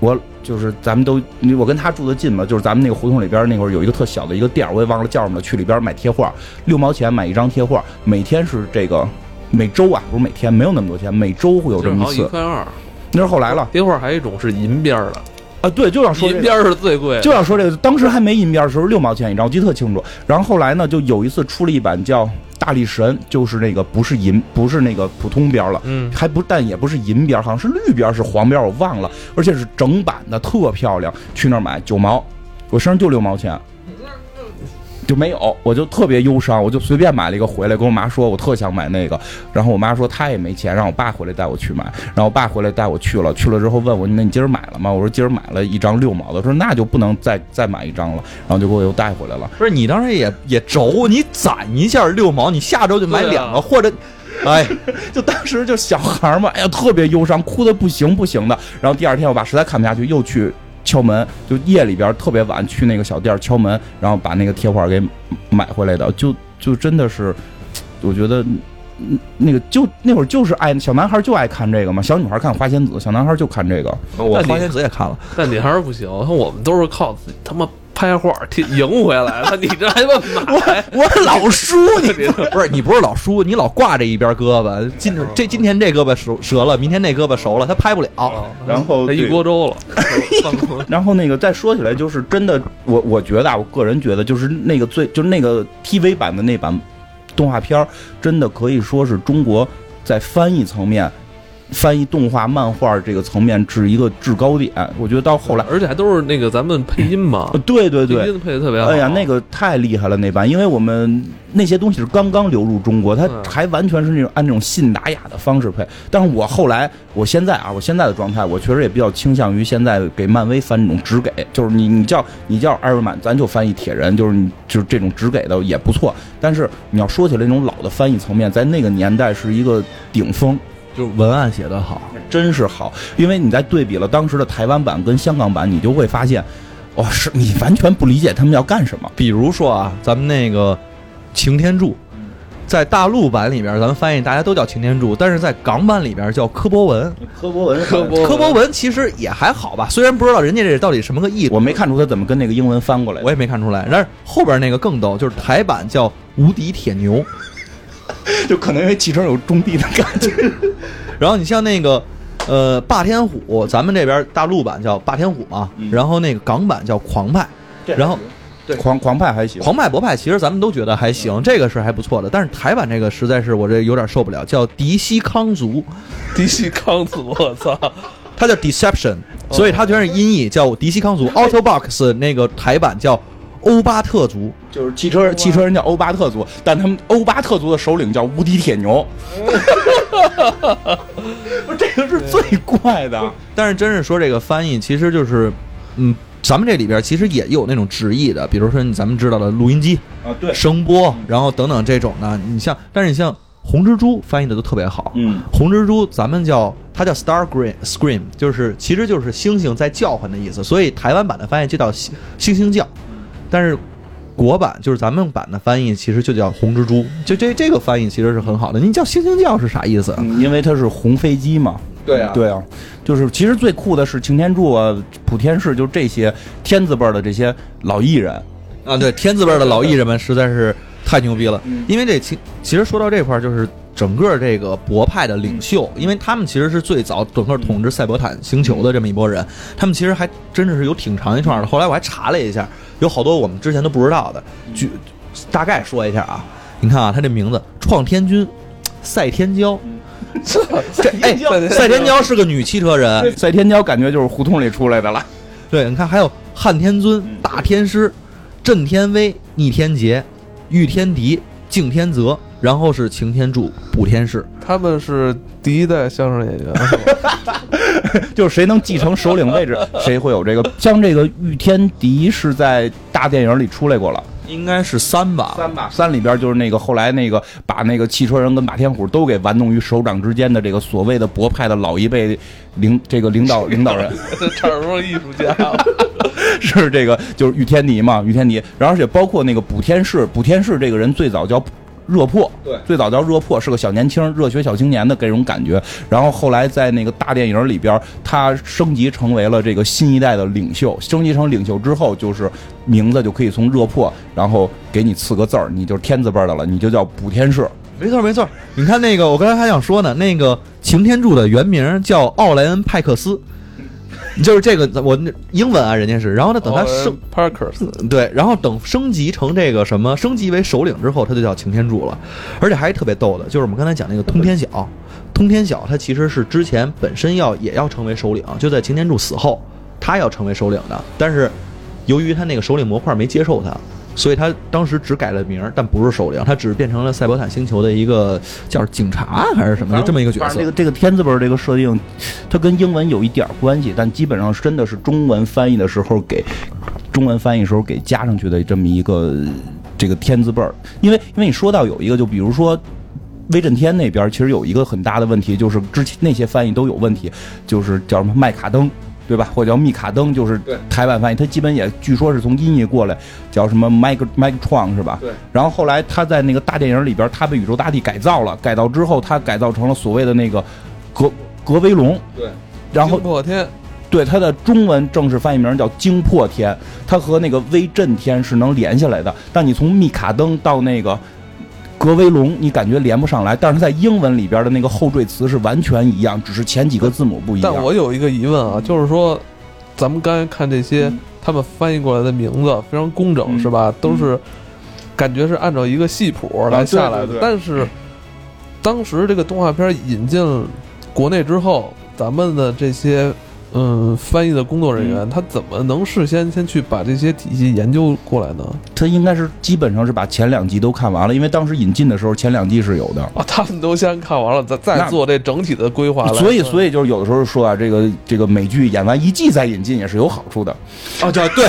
Speaker 2: 我就是咱们都我跟她住的近嘛，就是咱们那个胡同里边那会儿有一个特小的一个店儿，我也忘了叫什么了，去里边买贴画，六毛钱买一张贴画，每天是这个每周啊，不是每天，没有那么多天，每周会有这么
Speaker 1: 好
Speaker 2: 一
Speaker 1: 像一
Speaker 2: 次。
Speaker 1: 块二。
Speaker 2: 那是后来了
Speaker 1: 别块还有一种是银边儿的，
Speaker 2: 啊，对，就想说这
Speaker 1: 银
Speaker 2: 个
Speaker 1: 边儿是最贵的，
Speaker 2: 就要说这个，当时还没银边的时候六毛钱一张，我记得特清楚。然后后来呢，就有一次出了一版叫《大力神》，就是那个不是银，不是那个普通边了，
Speaker 1: 嗯
Speaker 2: 还不但也不是银边，好像是绿边是黄边，我忘了，而且是整版的，特漂亮。去那儿买九毛，我身上就六毛钱。就没有，我就特别忧伤，我就随便买了一个回来，跟我妈说我特想买那个，然后我妈说她也没钱，让我爸回来带我去买，然后我爸回来带我去了，去了之后问我，那你今儿买了吗？我说今儿买了一张六毛的，说那就不能再再买一张了，然后就给我又带回来了。
Speaker 3: 不是你当时也也轴，你攒一下六毛，你下周就买两
Speaker 1: 对
Speaker 3: 个，
Speaker 1: 啊
Speaker 3: 或者，哎，
Speaker 2: 就当时就小孩儿嘛，哎呀，特别忧伤，哭的不行不行的。然后第二天我爸实在看不下去，又去敲门，就夜里边儿特别晚去那个小店儿敲门，然后把那个贴画给买回来的，就就真的是，我觉得。嗯那个就那会儿就是爱小男孩就爱看这个嘛，小女孩看花仙子，小男孩就看这个。
Speaker 3: 我
Speaker 1: 那你
Speaker 3: 花仙子 也看了，
Speaker 1: 但你还是不行。我们都是靠自己他妈拍画儿替赢回来的，你这还他妈买？
Speaker 3: 我是老叔，你不是你不是老叔，你老挂着一边胳膊，今
Speaker 1: 哦
Speaker 3: 这今天这胳膊折折了，明天那胳膊熟了，他拍不了。
Speaker 1: 哦
Speaker 2: 然后
Speaker 1: 那一
Speaker 2: 哦对
Speaker 1: 锅粥 了，算了吧
Speaker 2: 然后那个再说起来，就是真的，我我觉得啊，我个人觉得，就是那个最就是那个 TV 版的那版动画片儿，真的可以说是中国在翻译层面。翻译动画、漫画这个层面是一个制高点，我觉得到后来，
Speaker 1: 而且还都是那个咱们配音嘛
Speaker 2: 呃，对对对
Speaker 1: 配，音配的特别好。
Speaker 2: 哎呀，那个太厉害了那版，因为我们那些东西是刚刚流入中国，它
Speaker 1: 嗯
Speaker 2: 还完全是那种按那种信达雅的方式配。但是我后来，我现在啊，我现在的状态，我确实也比较倾向于现在给漫威翻这种直给，就是你你叫你叫艾瑞满，咱就翻译铁人，就是你就是这种直给的也不错。但是你要说起来那种老的翻译层面，在那个年代是一个顶峰，
Speaker 3: 就是文案写得好，
Speaker 2: 真是好，因为你在对比了当时的台湾版跟香港版，你就会发现，哦，是你完全不理解他们要干什么。
Speaker 3: 比如说啊，咱们那个擎天柱，在大陆版里边，咱们翻译大家都叫擎天柱，但是在港版里边叫柯博文。
Speaker 2: 柯博文，
Speaker 1: 科波
Speaker 3: 柯博文其实也还好吧，虽然不知道人家这到底什么个意思，
Speaker 2: 我没看出他怎么跟那个英文翻过来的
Speaker 3: 我。也没看出来。但是后边那个更逗，就是台版叫《无敌铁牛》，
Speaker 2: 就可能因为汽车有种地的感觉。
Speaker 3: 然后你像那个呃霸天虎，咱们这边大陆版叫霸天虎嘛，
Speaker 2: 嗯
Speaker 3: 然后那个港版叫狂派，然后
Speaker 2: 对狂狂派还行，
Speaker 3: 狂派博派其实咱们都觉得还行，这个是还不错的。但是台版这个实在是我这有点受不了，叫迪西康族，
Speaker 1: 迪西康子，我操！
Speaker 3: 它叫 Deception，所以它全是音译，叫迪西康族。Autobox
Speaker 2: 哦
Speaker 3: 那个台版叫欧巴特族，
Speaker 2: 就是汽车汽车人叫欧巴特族，但他们欧巴特族的首领叫无敌铁牛。不是 这个是最怪的，
Speaker 3: 但是真是说这个翻译，其实就是，嗯，咱们这里边其实也有那种直译的，比如说咱们知道的录音机、
Speaker 2: 啊对
Speaker 3: 声波，然后等等这种的。你像，但是你像红蜘蛛翻译的都特别好，
Speaker 2: 嗯
Speaker 3: 红蜘蛛咱们叫它叫 Star Green Scream，就是其实就是星星在叫唤的意思，所以台湾版的翻译就叫星星星叫，但是。国版就是咱们版的翻译，其实就叫红蜘蛛，就这这个翻译其实是很好的。你叫星星叫是啥意思啊？
Speaker 2: 嗯因为它是红飞机嘛。
Speaker 3: 对啊
Speaker 2: 对啊，就是其实最酷的是擎天柱啊、普天士，就这些天字辈儿的这些老艺人。
Speaker 3: 啊，对，嗯天字辈儿的老艺人们实在是太牛逼了。因为这其其实说到这块儿，就是整个这个博派的领袖，因为他们其实是最早整个统治赛博坦星球的这么一拨人，他们其实还真的是有挺长一串儿的。后来我还查了一下，有好多我们之前都不知道的，举大概说一下啊。你看啊，他这名字创天君，赛天骄，这 哎，赛天骄是个女汽车人，
Speaker 2: 赛天骄感觉就是胡同里出来的了。
Speaker 3: 对，你看还有汉天尊、大天师、震天威、逆天劫、御天敌、敬天泽，然后是擎天柱、补天士。
Speaker 1: 他们是第一代相声演员，是吧
Speaker 2: 就是谁能继承首领位置，谁会有这个。像这个御天敌是在大电影里出来过了，
Speaker 3: 应该是三吧，
Speaker 2: 三吧，三里边就是那个后来那个把那个汽车人跟马天虎都给玩弄于手掌之间的这个所谓的博派的老一辈领这个领导领导人
Speaker 1: 这差点说艺术家。
Speaker 2: 是这个就是御天敌嘛，御天敌，然后而且包括那个补天士，补天士这个人最早叫。热破，
Speaker 3: 对
Speaker 2: 最早叫热破，是个小年轻、热血小青年的给种感觉。然后后来在那个大电影里边，他升级成为了这个新一代的领袖。升级成领袖之后，就是名字就可以从热破，然后给你赐个字儿，你就是天字辈儿的了，你就叫补天士。
Speaker 3: 没错没错。你看那个，我刚才还想说呢，那个擎天柱的原名叫奥莱恩·派克斯，就是这个我那英文啊，人家是。然后呢，等他升
Speaker 1: Parker，
Speaker 3: 对，然后等升级成这个什么，升级为首领之后，他就叫擎天柱了。而且还特别逗的，就是我们刚才讲那个通天晓，通天晓他其实是之前本身要也要成为首领，就在擎天柱死后，他要成为首领的。但是由于他那个首领模块没接受他，所以他当时只改了名儿，但不是首领，他只是变成了赛博坦星球的一个叫警察还是什么，就这么一个角
Speaker 2: 反正
Speaker 3: 色
Speaker 2: 这。个这个天字辈儿这个设定，它跟英文有一点儿关系，但基本上真的是中文翻译的时候给中文翻译时候给加上去的这么一个这个天字辈儿。因为因为你说到有一个，就比如说。威震天那边其实有一个很大的问题，就是之前那些翻译都有问题，就是叫什么麦卡登，对吧？或者叫密卡登，就是
Speaker 3: 对
Speaker 2: 台湾翻译，他基本也据说是从音译过来，叫什么 Mike Mike Chong 是吧？
Speaker 3: 对。
Speaker 2: 然后后来他在那个大电影里边，他被宇宙大帝改造了，改造之后他改造成了所谓的那个格格威龙，
Speaker 3: 对，
Speaker 2: 然后
Speaker 1: 惊破天，
Speaker 2: 对他的中文正式翻译名叫惊破天，他和那个威震天是能连下来的，但你从密卡登到那个。格威龙，你感觉连不上来，但是在英文里边的那个后缀词是完全一样，只是前几个字母不一样。
Speaker 1: 但我有一个疑问啊，就是说，咱们刚才看这些、他们翻译过来的名字非常工整，
Speaker 2: 嗯
Speaker 1: 是吧？都是、感觉是按照一个戏谱来下来的。
Speaker 2: 啊对对对
Speaker 1: 但是当时这个动画片引进国内之后，咱们的这些嗯翻译的工作人员、他怎么能事先先去把这些体系研究过来呢？
Speaker 2: 他应该是基本上是把前两季都看完了，因为当时引进的时候前两季是有的。
Speaker 1: 啊，他们都先看完了，再再
Speaker 2: 那
Speaker 1: 做这整体的规划来。
Speaker 2: 所以，所以就是有的时候说啊，这个这个美剧演完一季再引进也是有好处的。
Speaker 3: 哦，对对，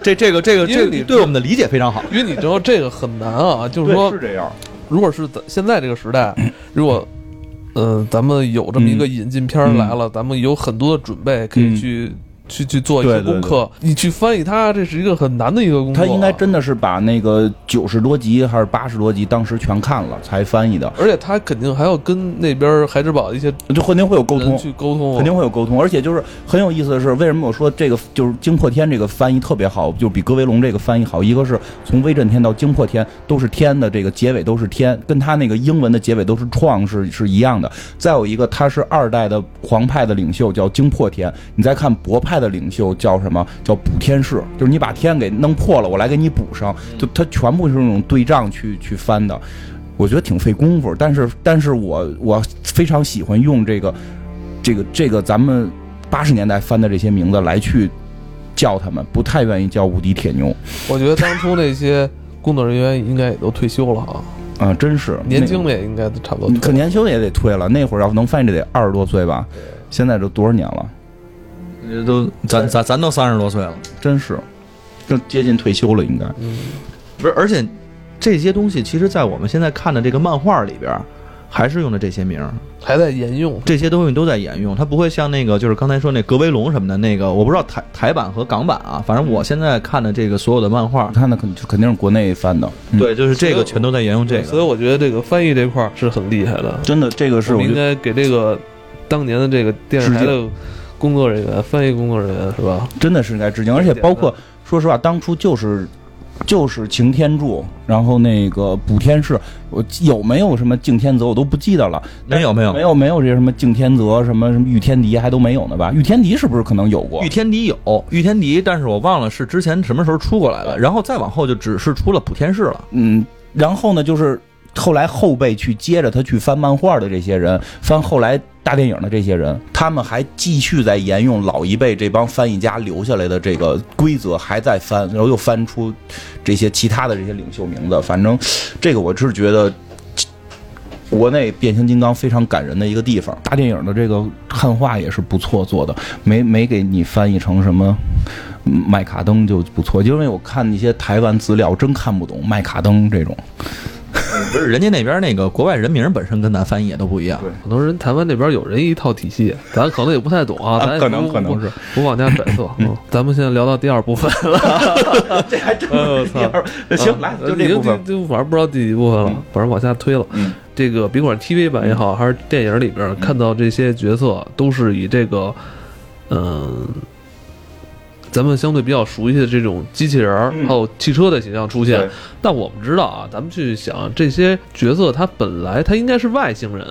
Speaker 3: 这这个这个
Speaker 1: 因为
Speaker 3: 这
Speaker 1: 你
Speaker 3: 个对我们的理解非常好。
Speaker 1: 因为你知道这个很难啊，就是说
Speaker 2: 对，这样。
Speaker 1: 如果是咱现在这个时 代，如果嗯、呃咱们有这么一个引进片儿来了，咱们有很多的准备可以
Speaker 2: 嗯
Speaker 1: 去、去去做一些
Speaker 2: 对对
Speaker 1: 功课。你去翻译它，这是一个很难的一个工作。啊
Speaker 2: 他应该，真的是把那个九十多集还是八十多集当时全看了才翻译的，
Speaker 1: 而且他肯定还要跟那边海之堡的一些
Speaker 2: 就肯定会有沟
Speaker 1: 人
Speaker 2: 通。
Speaker 1: 去沟通啊，
Speaker 2: 肯定会有沟通，而且就是很有意思的是，为什么我说这个就是惊破天这个翻译特别好，就比格威龙这个翻译好？一个是从威震天到惊破天都是天的这个结尾都是天，跟他那个英文的结尾都是创是是一样的。再有一个，他是二代的狂派的领袖叫惊破天，你再看博派的领袖叫什么？叫补天士，就是你把天给弄破了，我来给你补上，就他全部是那种对仗去去翻的。我觉得挺费功夫，但是但是我我非常喜欢用这个这个这个咱们八十年代翻的这些名字来去叫他们，不太愿意叫无敌铁牛
Speaker 1: 我觉得当初那些工作人员应该也都退休了啊，
Speaker 2: 啊，真是
Speaker 1: 年轻的也应该都差不多
Speaker 2: 那
Speaker 1: 退
Speaker 2: 可
Speaker 1: 了。
Speaker 2: 年轻的也得退了。那会儿要能翻译，这得二十多岁吧？现在都多少年了？
Speaker 3: 这都咱咱咱都三十多岁了。
Speaker 2: 真是更接近退休了，应该。
Speaker 1: 嗯，
Speaker 3: 不是，而且这些东西其实，在我们现在看的这个漫画里边儿，还是用的这些名儿，
Speaker 1: 还在沿用。
Speaker 3: 这些东西都在沿用。它不会像那个，就是刚才说那格威龙什么的那个，我不知道台台版和港版啊，反正我现在看的这个所有的漫画
Speaker 2: 你，看，那肯肯定是国内翻的，嗯，
Speaker 3: 对，就是这个全都在沿用这
Speaker 1: 所
Speaker 3: 个。
Speaker 1: 以我觉得这个翻译这块儿是很厉害的。
Speaker 2: 真的这个是
Speaker 1: 我
Speaker 2: 我
Speaker 1: 们
Speaker 2: 觉
Speaker 1: 应
Speaker 2: 得
Speaker 1: 该给这个当年的这个电视台
Speaker 2: 致
Speaker 1: 的工作人员、翻译工作人员是吧？
Speaker 2: 真的是应该致敬，而且包括说实话，当初就是就是擎天柱，然后那个补天士，我有没有什么敬天泽我都不记得了，
Speaker 3: 没有没有
Speaker 2: 没有没有这些什么敬天泽什么什么御天敌还都没有呢吧？御天敌是不是可能有过
Speaker 3: 御？天敌有御天敌，但是我忘了是之前什么时候出过来的，然后再往后就只是出了补天士了。
Speaker 2: 嗯，然后呢，就是后来后辈去接着他去翻漫画的这些人，翻后来大电影的这些人，他们还继续在沿用老一辈这帮翻译家留下来的这个规则，还在翻，然后又翻出这些其他的这些领袖名字。反正这个我是觉得。国内变形金刚非常感人的一个地方，大电影的这个汉化也是不错做的，没没给你翻译成什么嗯麦卡登就不错，因为我看一些台湾资料真看不懂麦卡登这 种。
Speaker 3: 不是，人家那边那个国外人名本身跟咱翻译也都不一样。
Speaker 1: 可能人台湾这边有人一套体系， 咱可能也不太懂啊，
Speaker 2: 啊
Speaker 1: 咱也
Speaker 2: 可能
Speaker 1: 不
Speaker 2: 可能是
Speaker 1: 不不往下揣 测。嗯，咱们现在聊到第二部分了，
Speaker 2: 这还真
Speaker 1: 哎我操
Speaker 2: 是行，来就
Speaker 1: 嗯已
Speaker 2: 这
Speaker 1: 经
Speaker 2: 部分。
Speaker 1: 就就反正不知道第几部分了，
Speaker 2: 嗯
Speaker 1: 反正往下推了。
Speaker 2: 嗯
Speaker 1: 这个甭管 TV 版也好，还是电影里边看到这些角色，都是以这个嗯、呃咱们相对比较熟悉的这种机器人儿
Speaker 2: 嗯
Speaker 1: 还有汽车的形象出
Speaker 2: 对
Speaker 1: 现。但我们知道啊，咱们去想这些角色，他本来他应该是外星人，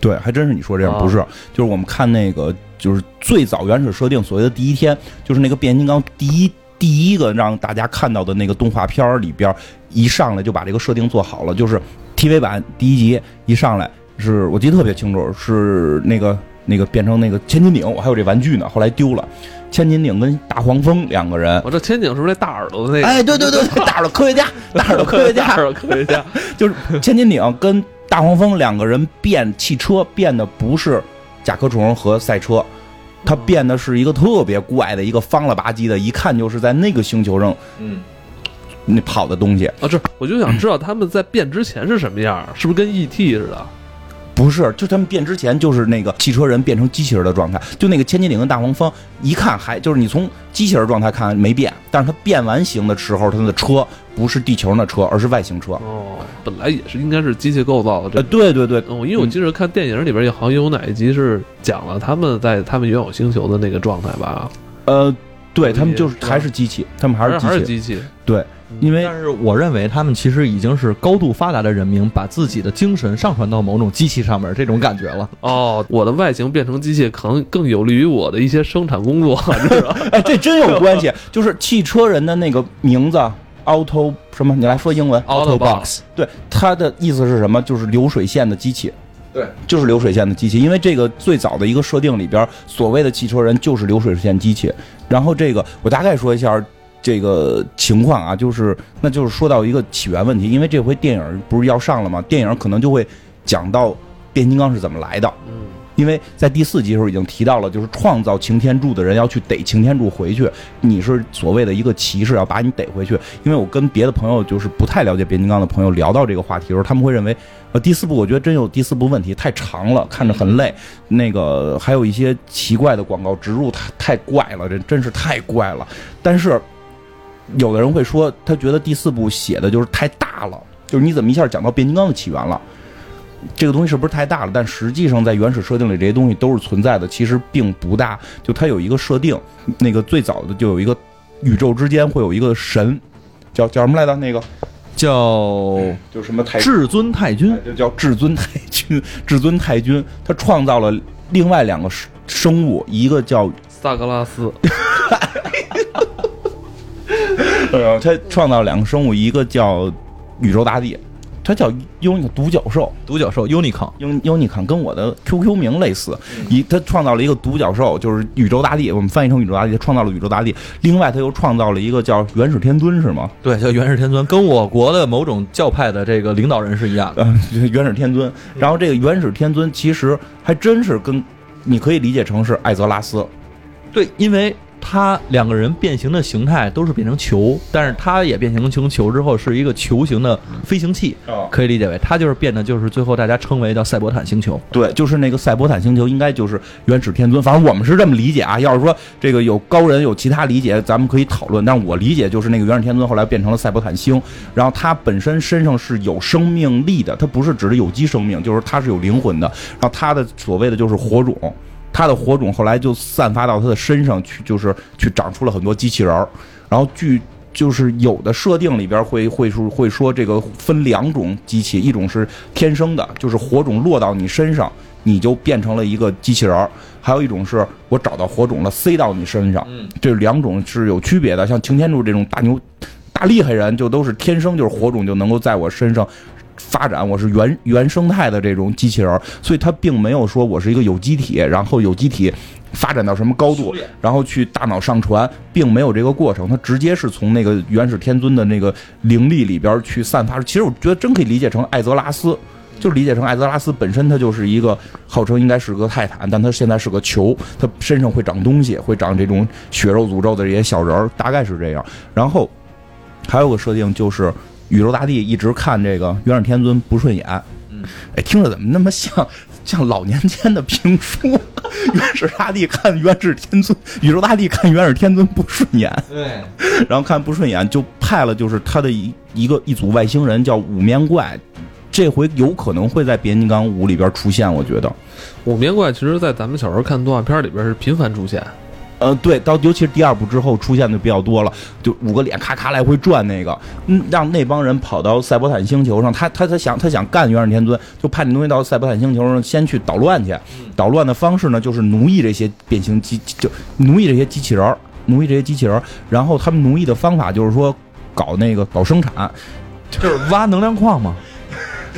Speaker 2: 对，还真是你说这样，
Speaker 1: 啊
Speaker 2: 不是，就是我们看那个，就是最早原始设定所谓的第一天，就是那个变形金刚第一第一个让大家看到的那个动画片儿里边儿，一上来就把这个设定做好了，就是 TV 版第一集一上来是我记得特别清楚，是那个那个变成那个千斤顶，我还有这玩具呢，后来丢了，千斤顶跟大黄蜂两个人。
Speaker 1: 我这千景是不是那大耳朵的那个？
Speaker 2: 哎，对对 对，大耳朵科学家，大耳朵科 学
Speaker 1: 大
Speaker 2: 家，
Speaker 1: 耳朵科学家，
Speaker 2: 就是千斤顶跟大黄蜂两个人变汽车，变的不是甲壳虫和赛车，它变的是一个特别怪的一个方了吧唧的，一看就是在那个星球上
Speaker 3: 嗯，
Speaker 2: 那跑的东西。
Speaker 1: 啊，这我就想知道他们在变之前是什么样儿，是不是跟 E.T. 似的？
Speaker 2: 不是，就他们变之前就是那个汽车人变成机器人的状态，就那个千斤顶跟大黄蜂，一看还就是你从机器人状态看没变，但是它变完形的时候，它的车不是地球上的车，而是外星车。
Speaker 1: 哦，本来也是应该是机械构造的这
Speaker 2: 呃，对对对，
Speaker 1: 哦，因为我记得看电影里边也好像有哪一集是讲了他们在他们原有星球的那个状态吧，
Speaker 2: 呃，对他们
Speaker 1: 也
Speaker 2: 就是
Speaker 1: 是
Speaker 2: 还是机器，他们还
Speaker 1: 还
Speaker 2: 是
Speaker 1: 还
Speaker 2: 机
Speaker 1: 是
Speaker 2: 器，
Speaker 1: 机器？
Speaker 2: 因为
Speaker 3: 但是我认为他们其实已经是高度发达的人民，把自己的精神上传到某种机器上面，这种感觉了。
Speaker 1: 哦，我的外形变成机械，可能更有利于我的一些生产工作，是吧？
Speaker 2: 哎， 这真有关系。就是汽车人的那个名字，Auto 啊什么？你来说英文。
Speaker 1: Autobots
Speaker 2: 对，它的意思是什么？就是流水线的机器。
Speaker 3: 对，
Speaker 2: 就是流水线的机器，因为这个最早的一个设定里边，所谓的汽车人就是流水线机器。然后这个我大概说一下这个情况啊，就是那就是说到一个起源问题，因为这回电影不是要上了吗？电影可能就会讲到变形金刚是怎么来的。
Speaker 1: 嗯，
Speaker 2: 因为在第四集的时候已经提到了，就是创造擎天柱的人要去逮擎天柱回去，你是所谓的一个骑士，要把你逮回去。因为我跟别的朋友就是不太了解变形金刚的朋友聊到这个话题的时候，他们会认为，呃，第四部我觉得真有第四部问题，太长了，看着很累。那个还有一些奇怪的广告植入，太太怪了，这真是太怪了。但是有的人会说，他觉得第四部写的就是太大了，就是你怎么一下讲到变形金刚的起源了？这个东西是不是太大了？但实际上在原始设定里，这些东西都是存在的，其实并不大。就它有一个设定，那个最早的就有一个宇宙之间会有一个神，叫叫什么来着？那个
Speaker 3: 叫
Speaker 2: 就什么太
Speaker 3: 至尊太君
Speaker 2: 哎，就叫至尊太君。至尊太君他创造了另外两个生生物，一个叫
Speaker 1: 萨格拉斯，
Speaker 3: 哎
Speaker 2: 呃，他创造了两个生物，一个叫宇宙大帝，他叫幽那独角兽。
Speaker 3: 独角兽 Unicorn。
Speaker 2: 因因为你看跟我的 QQ 名类似，一他创造了一个独角兽，就是宇宙大帝，我们翻译成宇宙大帝，他创造了宇宙大帝。另外，他又创造了一个叫元始天尊，是吗？
Speaker 3: 对，叫元始天尊，跟我国的某种教派的这个领导人是一样的。
Speaker 2: 呃，元始天尊。然后这个元始天尊其实还真是跟你可以理解成是艾泽拉斯，
Speaker 3: 对，因为他两个人变形的形态都是变成球，但是他也变形成球之后是一个球形的飞行器，可以理解为他就是变得就是最后大家称为叫赛博坦星球。
Speaker 2: 对，就是那个赛博坦星球，应该就是元始天尊。反正我们是这么理解啊。要是说这个有高人有其他理解，咱们可以讨论。但我理解就是那个元始天尊后来变成了赛博坦星，然后他本身身上是有生命力的，他不是指的有机生命，就是他是有灵魂的。然后他的所谓的就是火种。他的火种后来就散发到他的身上去，就是去长出了很多机器人儿。然后据就是有的设定里边会会说会说这个分两种机器，一种是天生的，就是火种落到你身上，你就变成了一个机器人儿；还有一种是我找到火种了，塞到你身上。
Speaker 3: 嗯，
Speaker 2: 这两种是有区别的。像擎天柱这种大牛、大厉害人，就都是天生就是火种就能够在我身上发展，我是原原生态的这种机器人儿，所以它并没有说我是一个有机体，然后有机体发展到什么高度，然后去大脑上传，并没有这个过程，它直接是从那个原始天尊的那个灵力里边儿去散发。其实我觉得真可以理解成艾泽拉斯。就理解成艾泽拉斯本身，它就是一个号称应该是个泰坦，但它现在是个球，它身上会长东西，会长这种血肉诅咒的这些小人儿，大概是这样。然后还有个设定就是，宇宙大帝一直看这个元始天尊不顺眼，
Speaker 3: 嗯，
Speaker 2: 哎，听着怎么那么像像老年间的评书？ 元始大帝看元始天尊，宇宙大帝看元始天尊不顺眼，
Speaker 3: 对，
Speaker 2: 然后看不顺眼，就派了就是他的一一个一组外星人叫五面怪，这回有可能会在《变形金刚五》里边出现，我觉得。
Speaker 1: 五面怪其实，在咱们小时候看动画片里边是频繁出现，
Speaker 2: 呃，对，到尤其是第二部之后出现的比较多了，就五个脸咔咔来回转那个，嗯，让那帮人跑到赛博坦星球上，他他他想他想干元始天尊，就派这东西到赛博坦星球上先去捣乱去，捣乱的方式呢就是奴役这些变形机，就奴役这些机器人儿，奴役这些机器人儿，然后他们奴役的方法就是说搞那个搞生产，
Speaker 3: 就是挖能量矿嘛，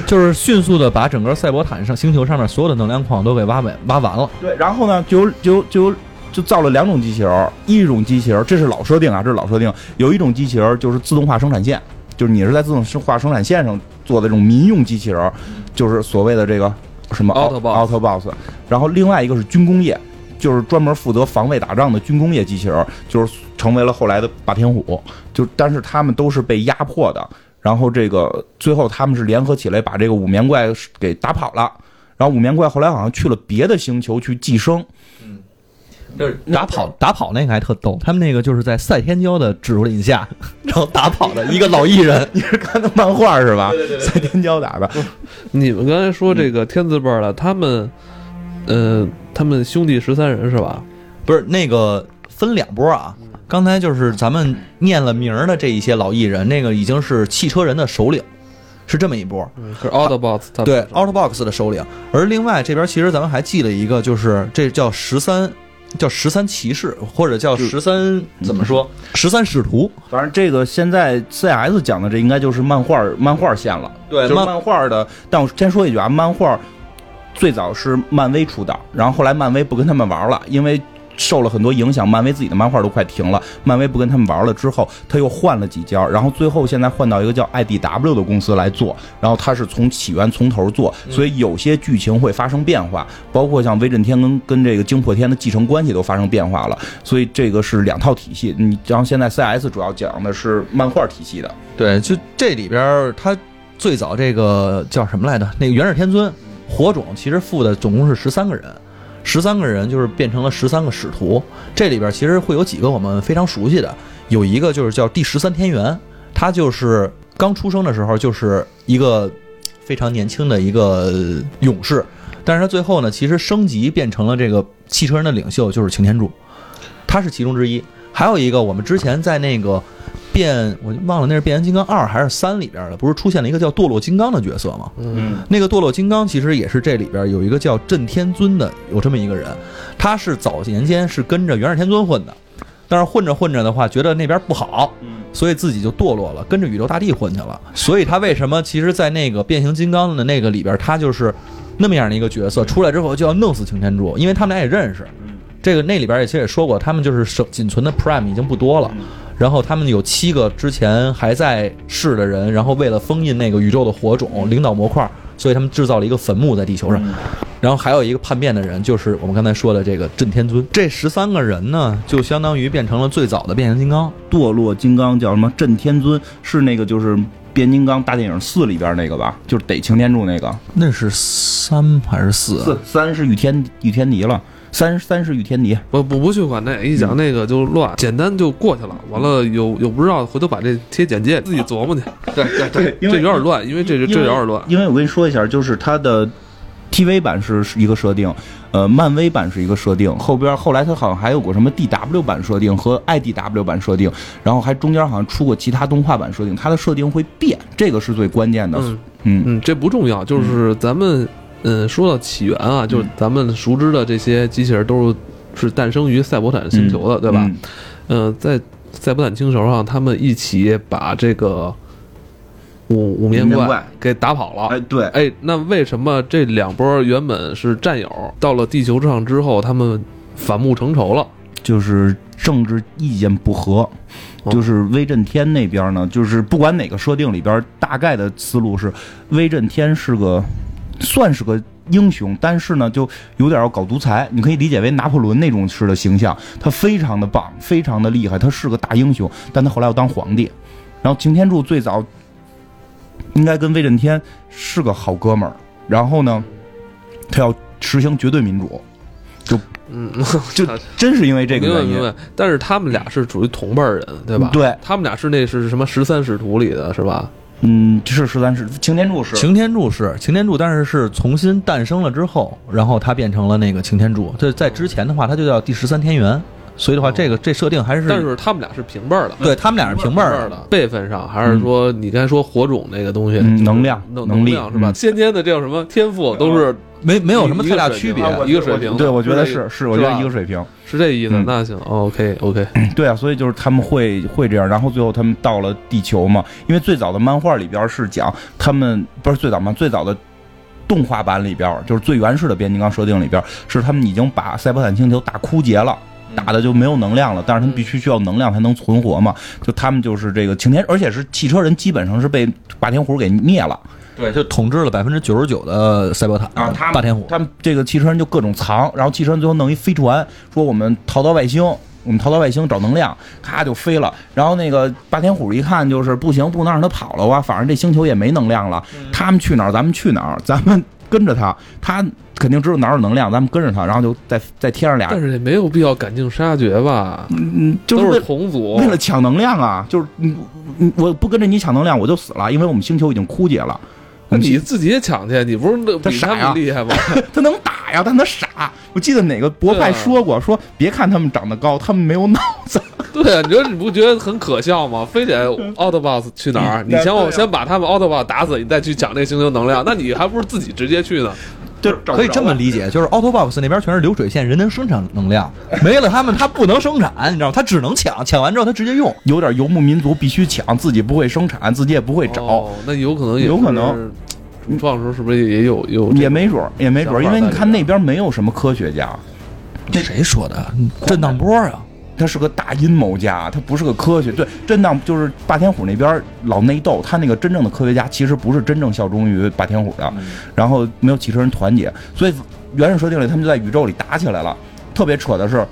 Speaker 3: 就是迅速的把整个赛博坦上星球上面所有的能量矿都给挖没挖完了。
Speaker 2: 对，然后呢，就有就有就有就造了两种机器人儿，一种机器人儿这是老设定啊，这是老设定，有一种机器人儿就是自动化生产线，就是你是在自动化生产线上做的这种民用机器人儿，就是所谓的这个什么
Speaker 1: Autobots
Speaker 2: Autobots，然后另外一个是军工业，就是专门负责防卫打仗的军工业机器人儿，就是成为了后来的霸天虎，就但是他们都是被压迫的。然后这个最后他们是联合起来把这个五面怪给打跑了，然后五面怪后来好像去了别的星球去寄生，
Speaker 1: 就是
Speaker 3: 打跑打跑那个还特逗，他们那个就是在赛天骄的指挥下，然后打跑的一个老艺人，
Speaker 2: 你是看的漫画是吧？赛天骄打的，
Speaker 1: 你们刚才说这个天字辈儿了，他们，呃，他们兄弟十三人是吧？
Speaker 3: 不是那个分两波啊。刚才就是咱们念了名儿的这一些老艺人，那个已经是汽车人的首领，是这么一波。
Speaker 2: 嗯
Speaker 1: 可是 Autobots 他们
Speaker 3: 对
Speaker 1: 是
Speaker 3: ，Autobox 的首领。而另外这边其实咱们还记了一个，就是这叫十三，叫十三骑士，或者叫十三怎么说？十三使徒。
Speaker 2: 反正这个现在 CS 讲的这应该就是漫画漫画线了，
Speaker 3: 对
Speaker 2: 就是
Speaker 3: 漫
Speaker 2: 漫画的。但我先说一句啊，漫画最早是漫威出道，然后后来漫威不跟他们玩了，因为。受了很多影响，漫威自己的漫画都快停了。漫威不跟他们玩了之后，他又换了几家，然后最后现在换到一个叫 IDW 的公司来做，然后他是从起源从头做，
Speaker 3: 嗯
Speaker 2: 所以有些剧情会发生变化，包括像威震天跟跟这个惊破天的继承关系都发生变化了。所以这个是两套体系。你然后现在 CS 主要讲的是漫画体系的，
Speaker 3: 对，就这里边儿他最早这个叫什么来着？那个元始天尊火种其实附的总共是十三个人，十三个人就是变成了十三个使徒。这里边其实会有几个我们非常熟悉的，有一个就是叫第十三天元，他就是刚出生的时候就是一个非常年轻的一个呃勇士，但是他最后呢，其实升级变成了这个汽车人的领袖，就是擎天柱，他是其中之一。还有一个，我们之前在那个变，我就忘了那是变形金刚二还是三里边的，不是出现了一个叫堕落金刚的角色吗？
Speaker 2: 嗯，
Speaker 3: 那个堕落金刚其实也是这里边有一个叫震天尊的，有这么一个人，他是早年间是跟着元始天尊混的，但是混着混着的话，觉得那边不好，所以自己就堕落了，跟着宇宙大帝混去了。所以他为什么其实，在那个变形金刚的那个里边，他就是那么样的一个角色，出来之后就要弄死擎天柱，因为他们俩也认识。这个那里边也其实也说过，他们就是剩仅存的 Prime 已经不多了，然后他们有七个之前还在世的人，然后为了封印那个宇宙的火种领导模块，所以他们制造了一个坟墓在地球上。然后还有一个叛变的人，就是我们刚才说的这个震天尊。这十三个人呢，就相当于变成了最早的变形金刚。
Speaker 2: 堕落金刚叫什么？震天尊是那个就是变形金刚大电影四里边那个吧？就是逮擎天柱那个。
Speaker 3: 那是三还是四？啊
Speaker 2: 四三是御天御天敌了，三三是御天敌。
Speaker 1: 不不不去管那，一
Speaker 2: 嗯
Speaker 1: 讲那个就乱，简单就过去了。完了有有不知道，回头把这贴简介，自己琢磨去。对对
Speaker 2: 对因
Speaker 1: 这
Speaker 2: 为
Speaker 1: 有点乱，因为这
Speaker 2: 因为
Speaker 1: 这有点乱。
Speaker 2: 因为我跟你说一下，就是它的 TV 版是是一个设定，呃，漫威版是一个设定，后边后来它好像还有过什么 DW 版设定和 IDW 版设定，然后还中间好像出过其他动画版设定，它的设定会变，这个是最关键的。
Speaker 1: 嗯
Speaker 2: 嗯
Speaker 1: 嗯，这不重要，就是咱们嗯说到起源啊，就是
Speaker 2: 嗯
Speaker 1: 咱们熟知的这些机器人都是是诞生于赛博坦星球的，对吧？
Speaker 2: 嗯
Speaker 1: 嗯，在赛博坦星球上，他们一起把这个五五面
Speaker 2: 五面
Speaker 1: 怪
Speaker 2: 怪
Speaker 1: 给打跑了。
Speaker 2: 哎，对，
Speaker 1: 哎，那为什么这两波原本是战友，到了地球上之后，他们反目成仇了？
Speaker 2: 就是政治意见不合，
Speaker 1: 哦
Speaker 2: 就是威震天那边呢，就是不管哪个设定里边，大概的思路是，威震天是个算是个英雄，但是呢，就有点要搞独裁，你可以理解为拿破仑那种式的形象，他非常的棒，非常的厉害，他是个大英雄，但他后来要当皇帝，然后擎天柱最早应该跟威震天是个好哥们儿，然后呢，他要实行绝对民主。就
Speaker 1: 嗯，
Speaker 2: 就真是因为这个
Speaker 1: 明白
Speaker 2: 原因，
Speaker 1: 明白。但是他们俩是属于同辈儿人，对吧？
Speaker 2: 对
Speaker 1: 他们俩是那是什么十三使徒里的是吧？
Speaker 2: 嗯，是十三是擎天柱是，
Speaker 3: 擎天柱是擎天柱，但是是重新诞生了之后，然后他变成了那个擎天柱。这在之前的话，他就叫第十三天元。所以的话，这个这设定还是
Speaker 1: 但是他们俩是平辈儿的，
Speaker 3: 对他们俩是平辈儿
Speaker 1: 儿的，辈分上还是说你刚才说火种那个东西，
Speaker 2: 嗯
Speaker 1: 就是
Speaker 2: 能量
Speaker 1: 能
Speaker 2: 能力
Speaker 1: 量是吧？
Speaker 2: 嗯
Speaker 1: 先天的这叫什么天赋都是
Speaker 3: 没没有什么
Speaker 1: 一
Speaker 3: 太
Speaker 1: 个
Speaker 3: 大
Speaker 1: 水
Speaker 3: 区
Speaker 1: 平
Speaker 3: 别。
Speaker 1: 啊一个水平的。
Speaker 2: 对，我觉得
Speaker 1: 这
Speaker 2: 是是，我觉得
Speaker 1: 吧
Speaker 2: 一个水平。
Speaker 1: 是这意思
Speaker 2: 嗯。
Speaker 1: 那行，OK OK，
Speaker 2: 对啊，所以就是他们会会这样，然后最后他们到了地球嘛，因为最早的漫画里边是讲他们不是最早嘛，最早的。动画版里边就是最原始的变形金刚设定里边是他们已经把赛博坦星球打枯竭了，
Speaker 1: 嗯
Speaker 2: 打的就没有能量了，但是他们必须需要能量才能存活嘛。就他们就是这个擎天，而且是汽车人基本上是被霸天虎给灭了
Speaker 3: 对，就统治了百分之九十九的赛博坦
Speaker 1: 呃
Speaker 3: 霸天虎，
Speaker 2: 啊他们这个汽车人就各种藏，然后汽车人最后弄一飞船，说我们逃到外星，我们逃到外星找能量，咔就飞了。然后那个霸天虎一看就是不行，不能让他跑了哇，反正这星球也没能量了，
Speaker 1: 嗯
Speaker 2: 他们去哪儿咱们去哪儿， 咱们跟着他，他肯定知道哪儿有能量，咱们跟着他，然后就在在天上俩
Speaker 1: 但，是也没有必要赶尽杀绝吧？
Speaker 2: 嗯，就是
Speaker 1: 都
Speaker 2: 为
Speaker 1: 是同族，
Speaker 2: 为了抢能量啊，就是你你我不跟着你抢能量我就死了，因为我们星球已经枯竭了。我
Speaker 1: 那
Speaker 2: 们星
Speaker 1: 你自己也抢去，你不是比
Speaker 2: 他傻
Speaker 1: 他
Speaker 2: 呀
Speaker 1: 们厉 害吗？
Speaker 2: 他能打呀，但他傻。我记得哪个博
Speaker 1: 对
Speaker 2: 派
Speaker 1: 啊
Speaker 2: 说过，说别看他们长得高，他们没有脑子。
Speaker 1: 对啊，你说你不觉得很可笑吗？非得 Autobots 去哪 儿？
Speaker 2: 嗯
Speaker 1: 你想
Speaker 2: 对
Speaker 1: 我
Speaker 2: 啊
Speaker 1: 先把他们 Autobot 打死，你再去抢这星球能量，那你还不如自己直接去呢？
Speaker 2: 就
Speaker 3: 可以这么理解，就是 Autobox 那边全是流水线，人能生产能量，没了他们他不能生产，你知道吗？他只能抢，抢完之后他直接用。
Speaker 2: 有点游牧民族必须抢，自己不会生产，自己也不会找，
Speaker 1: 哦，那有可能也
Speaker 2: 有可
Speaker 1: 是
Speaker 2: 能。
Speaker 1: 主创的时候是不是也有有这
Speaker 2: 也没准儿，也没准儿，
Speaker 1: 想
Speaker 2: 因
Speaker 1: 法
Speaker 2: 为你
Speaker 1: 在里
Speaker 2: 看那
Speaker 1: 边
Speaker 2: 边没有什么科学家，
Speaker 3: 这谁说的？震荡波啊！
Speaker 2: 他是个大阴谋家，他不是个科学。对，震荡就是霸天虎那边老内斗，他那个真正的科学家其实不是真正效忠于霸天虎的，然后没有汽车人团结，所以原始设定里他们就在宇宙里打起来了。特别扯的是。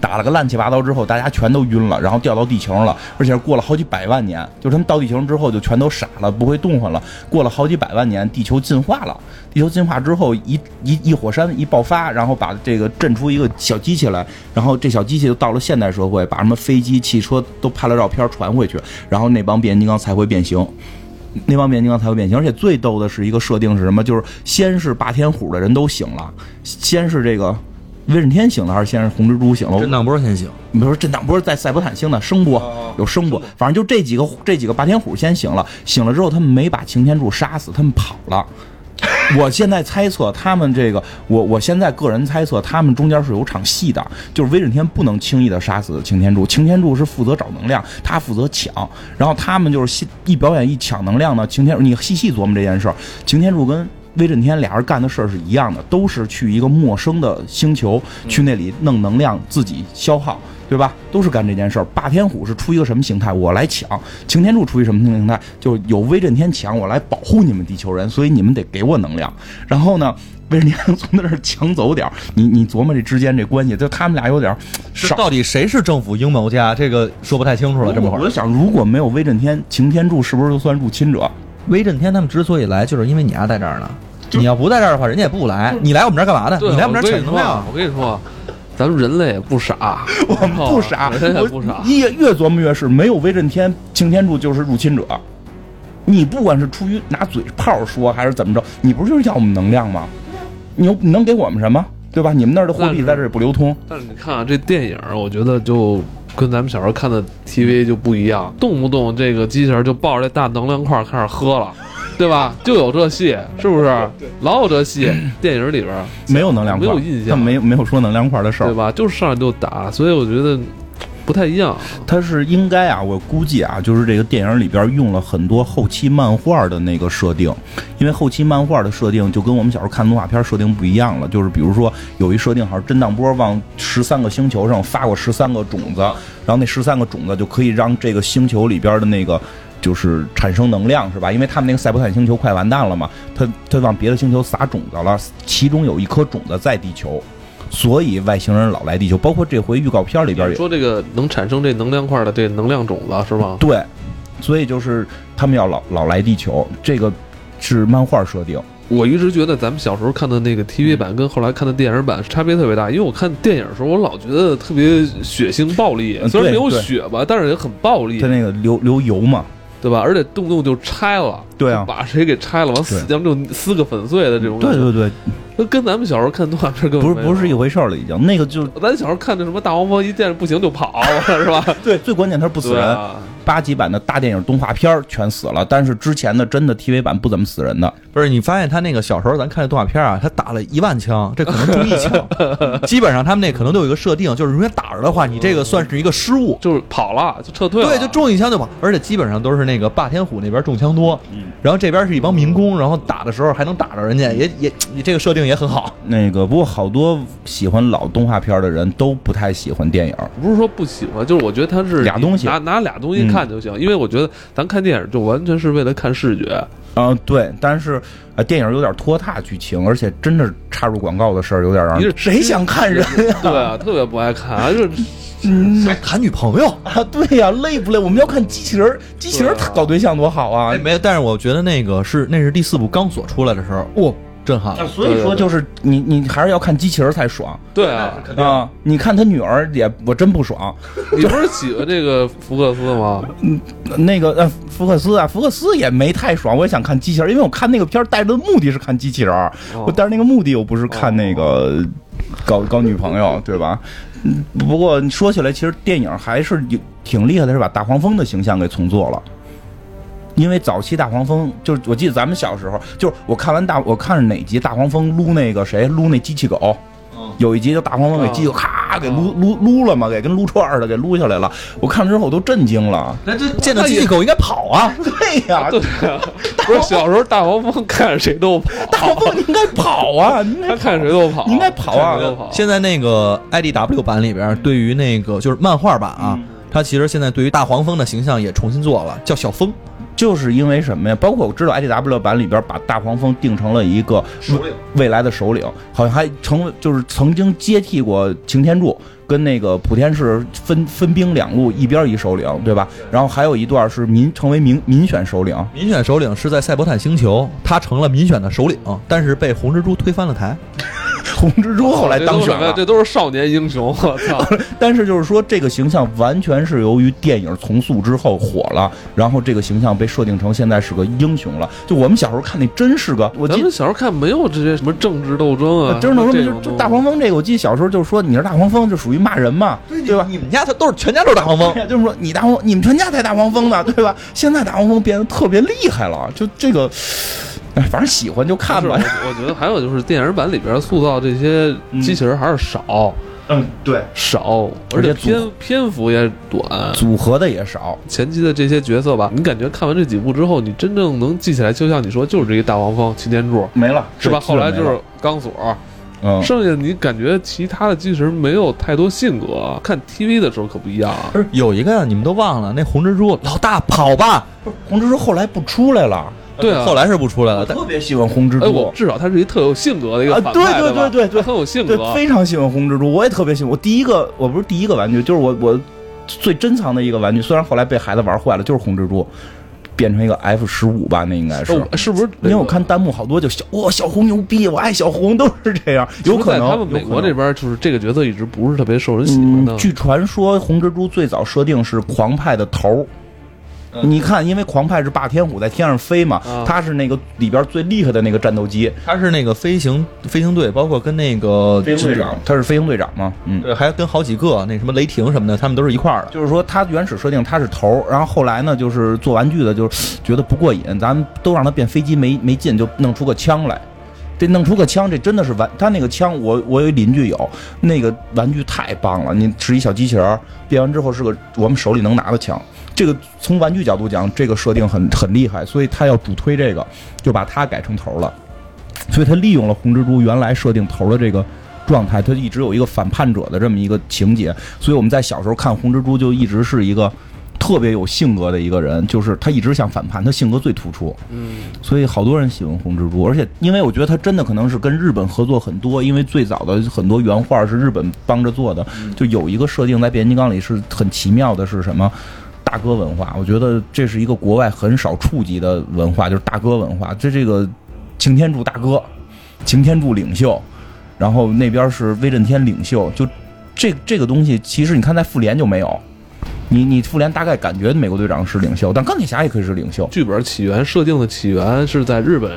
Speaker 2: 打了个乱七八糟之后，大家全都晕了，然后掉到地球上了，而且是过了好几百万年，就是他们到地球上之后就全都傻了，不会动弹了。过了好几百万年，地球进化了，地球进化之后一一一火山一爆发，然后把这个震出一个小机器来，然后这小机器就到了现代社会，把什么飞机、汽车都拍了照片传回去，然后那帮变形金刚才会变形。那帮变形金刚才会变形，而且最逗的是一个设定是什么？就是先是霸天虎的人都醒了，先是这个威震天醒了，还是先是红蜘蛛醒了？
Speaker 3: 震荡波先行，
Speaker 2: 你比如说震荡波在赛博坦星的声波有哦声波，反正就这几个这几个霸天虎先醒了，醒了之后他们没把擎天柱杀死，他们跑 了。我现在猜测他们这个，我我现在个人猜测他们中间是有场戏的，就是威震天不能轻易的杀死擎天柱，擎天柱是负责找能量，他负责抢，然后他们就是戏一表演一抢能量呢，擎天你细细琢磨这件事儿，擎天柱跟威震天俩人干的事儿是一样的，都是去一个陌生的星球，去那里弄能量自己消耗，对吧？都是干这件事儿。霸天虎是出一个什么形态？我来抢。擎天柱出于什么形态？就是有威震天强，我来保护你们地球人，所以你们得给我能量。然后呢， 威震天从那儿抢走点儿，你你琢磨这之间这关系，就他们俩有点儿
Speaker 3: 是
Speaker 2: 少。
Speaker 3: 到底谁是政府阴谋家？这个说不太清楚了。这么会
Speaker 2: 我
Speaker 3: 儿
Speaker 2: 就，想，如果没有威震天，擎天柱是不是就算入侵者？
Speaker 3: 威震天他们之所以来，就是因为你丫在这儿呢。你要不在这儿的话，人家也不来。你来我们这儿干嘛呢？
Speaker 1: 对
Speaker 3: 你来我们这儿
Speaker 1: 跟
Speaker 3: 抢
Speaker 1: 你
Speaker 3: 能
Speaker 1: 说
Speaker 3: 量
Speaker 1: 啊，。我跟你说啊，咱们人类也不傻， 哦
Speaker 2: 我们不傻，
Speaker 1: 人类也
Speaker 2: 我
Speaker 1: 不傻。
Speaker 2: 越越琢磨越是，没有威震天、擎天柱就是入侵者。你不管是出于拿嘴炮说还是怎么着，你不是就是要我们能量吗？你又你能给我们什么？对吧？你们那儿的货
Speaker 1: 但
Speaker 2: 币
Speaker 1: 是
Speaker 2: 在这儿也不流通，
Speaker 1: 但是你看啊，这电影儿我觉得就跟咱们小时候看的 TV 就不一样，动不动这个机器人就抱着这大能量块儿开始喝了，对 吧？就有这戏，是不是？老有这戏，电影里边儿
Speaker 2: 没有能量块，
Speaker 1: 没有印象
Speaker 2: 他没有没有说能量块的事
Speaker 1: 对
Speaker 2: 儿。
Speaker 1: 吧？就上来就打，所以我觉得不太一样。
Speaker 2: 它是应该啊，我估计啊，就是这个电影里边用了很多后期漫画的那个设定，因为后期漫画的设定就跟我们小时候看动画片设定不一样了。就是比如说有一设定，好像震荡波往十三个星球上发过十三个种子，然后那十三个种子就可以让这个星球里边的那个。就是产生能量是吧？因为他们那个赛博坦星球快完蛋了嘛，他他往别的星球撒种子了，其中有一颗种子在地球，所以外星人老来地球。包括这回预告片里边也
Speaker 1: 说这个能产生这能量块儿的这能量种子是吗？
Speaker 2: 对，所以就是他们要老老来地球，这个是漫画设定。
Speaker 1: 我一直觉得咱们小时候看的那个 TV 版跟后来看的电影版差别特别大，因为我看电影的时候，我老觉得特别血腥暴力，
Speaker 2: 嗯
Speaker 1: 虽然没有
Speaker 2: 对对
Speaker 1: 血吧，但是也很暴力
Speaker 2: 它。那个流流油嘛，
Speaker 1: 对吧？而且动不动就拆了，
Speaker 2: 对啊
Speaker 1: 就把谁给拆了，完
Speaker 2: 对
Speaker 1: 死将就撕个粉碎的这种感
Speaker 2: 对
Speaker 1: 觉，
Speaker 2: 对对，
Speaker 1: 那跟咱们小时候看动画片根本
Speaker 2: 不是
Speaker 1: 没有
Speaker 2: 不是一回事儿了，已经那个就
Speaker 1: 咱小时候看那什么大黄蜂一见不行就跑，是吧？
Speaker 2: 对，最关键它是不 死
Speaker 1: 对
Speaker 2: 人。
Speaker 1: 啊，
Speaker 2: 八级版的大电影动画片儿全死了，但是之前的真的 TV 版不怎么死人的。
Speaker 3: 不是你发现他那个小时候咱看的动画片啊，他打了一万枪，这可能中一 枪，基本上他们那可能都有一个设定，就是如果打着的话，你这个算是一个失误，
Speaker 1: 就是跑了就撤退了，
Speaker 3: 对，就中一枪就跑，而且基本上都是那个霸天虎那边中枪多，
Speaker 2: 嗯，
Speaker 3: 然后这边是一帮民工，然后打的时候还能打着人家，也也你这个设定也很好，
Speaker 2: 那个不过好多喜欢老动画片儿的人都不太喜欢电影儿。
Speaker 1: 不是说不喜欢，就是我觉得它是
Speaker 2: 俩东西嗯
Speaker 1: 拿拿俩东西看就行，因为我觉得咱看电影就完全是为了看视觉，
Speaker 2: 啊、对，但是呃，电影有点拖沓剧情，而且真的插入广告的事儿有点让
Speaker 1: 你
Speaker 2: 人
Speaker 1: 是
Speaker 2: 谁想看人
Speaker 1: 对啊，特别不爱看，就是嗯
Speaker 3: 还哎谈女朋友。
Speaker 2: 啊？对呀、累不累？我们要看机器人儿，机器人儿
Speaker 1: 对啊
Speaker 2: 搞对象多好啊！
Speaker 3: 哎，没有，但是我觉得那个是那是第四部刚锁出来的时候，哇、震撼
Speaker 2: 啊
Speaker 3: 了。
Speaker 2: 所以说就是你你还是要看机器人儿才爽
Speaker 1: 对 啊，
Speaker 2: 啊！你看他女儿也我真不爽，
Speaker 1: 你不是喜欢这个福克斯吗？
Speaker 2: 那个呃福克斯啊，福克斯也没太爽，我也想看机器人儿，因为我看那个片儿带着的目的是看机器人儿，
Speaker 1: 哦
Speaker 2: 我但是那个目的又不是看那个搞搞女朋友，对吧？嗯，不过你说起来，其实电影还是有挺厉害的，是把大黄蜂的形象给重做了。因为早期大黄蜂，就是我记得咱们小时候，就是我看完大，我看是哪集大黄蜂撸那个谁撸那机器狗，有一集就大黄蜂给机器咔给撸撸撸了嘛，给跟撸串儿似的给撸下来了。我看了之后我都震惊了，
Speaker 3: 那这见到机器狗应该跑啊！
Speaker 2: 对 呀、
Speaker 1: 对啊，不是小时候大黄蜂看谁都跑，
Speaker 2: 大黄蜂你应该跑啊，你应该
Speaker 1: 他看谁都跑，
Speaker 2: 你应该跑啊
Speaker 1: 看谁都跑
Speaker 3: 现在那个 IDW 版里边，对于那个就是漫画版啊，
Speaker 1: 嗯
Speaker 3: 它其实现在对于大黄蜂的形象也重新做了，叫小蜂。
Speaker 2: 就是因为什么呀？包括我知道 IDW 版里边把大黄蜂定成了一个
Speaker 3: 首领
Speaker 2: 未来的首领，好像还成为就是曾经接替过擎天柱跟那个普天市分分兵两路，一边一首领，对吧？然后还有一段是民成为民民选首领，
Speaker 3: 民选首领是在赛博坦星球，他成了民选的首领，但是被红蜘蛛推翻了台。
Speaker 2: 红蜘蛛后来当选了。
Speaker 1: 这都是少年英雄，我操！
Speaker 2: 但是就是说，这个形象完全是由于电影重塑之后火了，然后这个形象被设定成现在是个英雄了。就我们小时候看那真是个， 我记
Speaker 1: 咱
Speaker 2: 得
Speaker 1: 们小时候看没有这些什么政治斗争啊，
Speaker 2: 真是能说
Speaker 1: 这
Speaker 2: 就
Speaker 1: 种东
Speaker 2: 就
Speaker 1: 西
Speaker 2: 大黄蜂这个，我记得小时候就说你是大黄蜂，就属于骂人嘛，对吧？
Speaker 3: 你们家他都是全家都是大黄蜂。
Speaker 2: 就是说你大黄，你们全家才大黄蜂呢，对吧？ 现在大黄蜂变得特别厉害了，就这个，哎，反正喜欢就看
Speaker 1: 不
Speaker 2: 吧
Speaker 1: 是。我我觉得还有就是电影版里边塑造这些机器人还是少
Speaker 2: 嗯，对，
Speaker 1: 少，
Speaker 2: 而
Speaker 1: 而且
Speaker 2: 且组
Speaker 1: 篇篇幅也短。
Speaker 2: 组合的也少，
Speaker 1: 前期的这些角色吧，你感觉看完这几部之后，你真正能记起来，就像你说，就是这一大黄蜂、擎天柱，
Speaker 2: 没了，
Speaker 1: 是吧？
Speaker 2: 这
Speaker 1: 后来就
Speaker 2: 没
Speaker 1: 是
Speaker 2: 了
Speaker 1: 钢索，
Speaker 2: 嗯。
Speaker 1: 剩下你感觉其他的机器人没有太多性格。看 TV 的时候可不一样啊，
Speaker 3: 不是有一个呀，你们都忘了，那红蜘蛛老大跑吧，
Speaker 2: 红蜘蛛后来不出来了，
Speaker 1: 对啊，
Speaker 3: 后来是不出来了，但
Speaker 2: 特别喜欢红蜘
Speaker 1: 哎，我
Speaker 2: 蛛，
Speaker 1: 至少他是一特有性格的一个
Speaker 2: 嗯啊
Speaker 1: 反
Speaker 2: 对
Speaker 1: 派，
Speaker 2: 对
Speaker 1: 吧
Speaker 2: 对对对
Speaker 1: 他很有性
Speaker 2: 对，
Speaker 1: 格，
Speaker 2: 非常喜欢红蜘蛛，我也特别喜欢。我第一个，我不是第一个玩具，就是我我最珍藏的一个玩具，虽然后来被孩子玩坏了，就是红蜘蛛，变成一个 F 十五吧，那应该是。
Speaker 1: 哦是不是？
Speaker 2: 因为我看弹幕好多就小哇、小红牛逼，我爱小红都是这样，有可
Speaker 1: 在
Speaker 2: 能
Speaker 1: 他们美国这。
Speaker 2: 有可能
Speaker 1: 边就是这个角色一直不是特别受人喜欢的
Speaker 2: 嗯，。据传说红蜘蛛最早设定是狂派的头儿。你看，因为狂派是霸天虎在天上飞嘛，
Speaker 1: 嗯啊
Speaker 2: 他是那个里边最厉害的那个战斗机，
Speaker 3: 他是那个飞行飞行队，包括跟那个
Speaker 2: 就是，他是飞行队长嘛，嗯，
Speaker 3: 对，还跟好几个那什么雷霆什么的，他们都是一块儿的。
Speaker 2: 就是说他原始设定他是头儿，然后后来呢，就是做玩具的就觉得不过瘾，咱们都让他变飞机没没劲，就弄出个枪来。这弄出个枪，这真的是玩他那个枪，我我有一邻居有那个玩具太棒了，你是一小机器人儿，变完之后是个我们手里能拿的枪。这个从玩具角度讲，这个设定很很厉害，所以他要主推这个，就把它改成头了。所以他利用了红蜘蛛原来设定头的这个状态，他一直有一个反叛者的这么一个情节。所以我们在小时候看红蜘蛛，就一直是一个特别有性格的一个人，就是他一直想反叛，他性格最突出。
Speaker 1: 嗯，
Speaker 2: 所以好多人喜欢红蜘蛛，而且因为我觉得他真的可能是跟日本合作很多，因为最早的很多原画是日本帮着做的，就有一个设定在变形金刚里是很奇妙的，是什么？大哥文化，我觉得这是一个国外很少触及的文化，就是大哥文化。这这个擎天柱大哥，擎天柱领袖，然后那边是威震天领袖，就这这个东西，其实你看在复联就没有，你你复联大概感觉美国队长是领袖，但钢铁侠也可以是领袖。
Speaker 1: 剧本起源设定的起源是在日本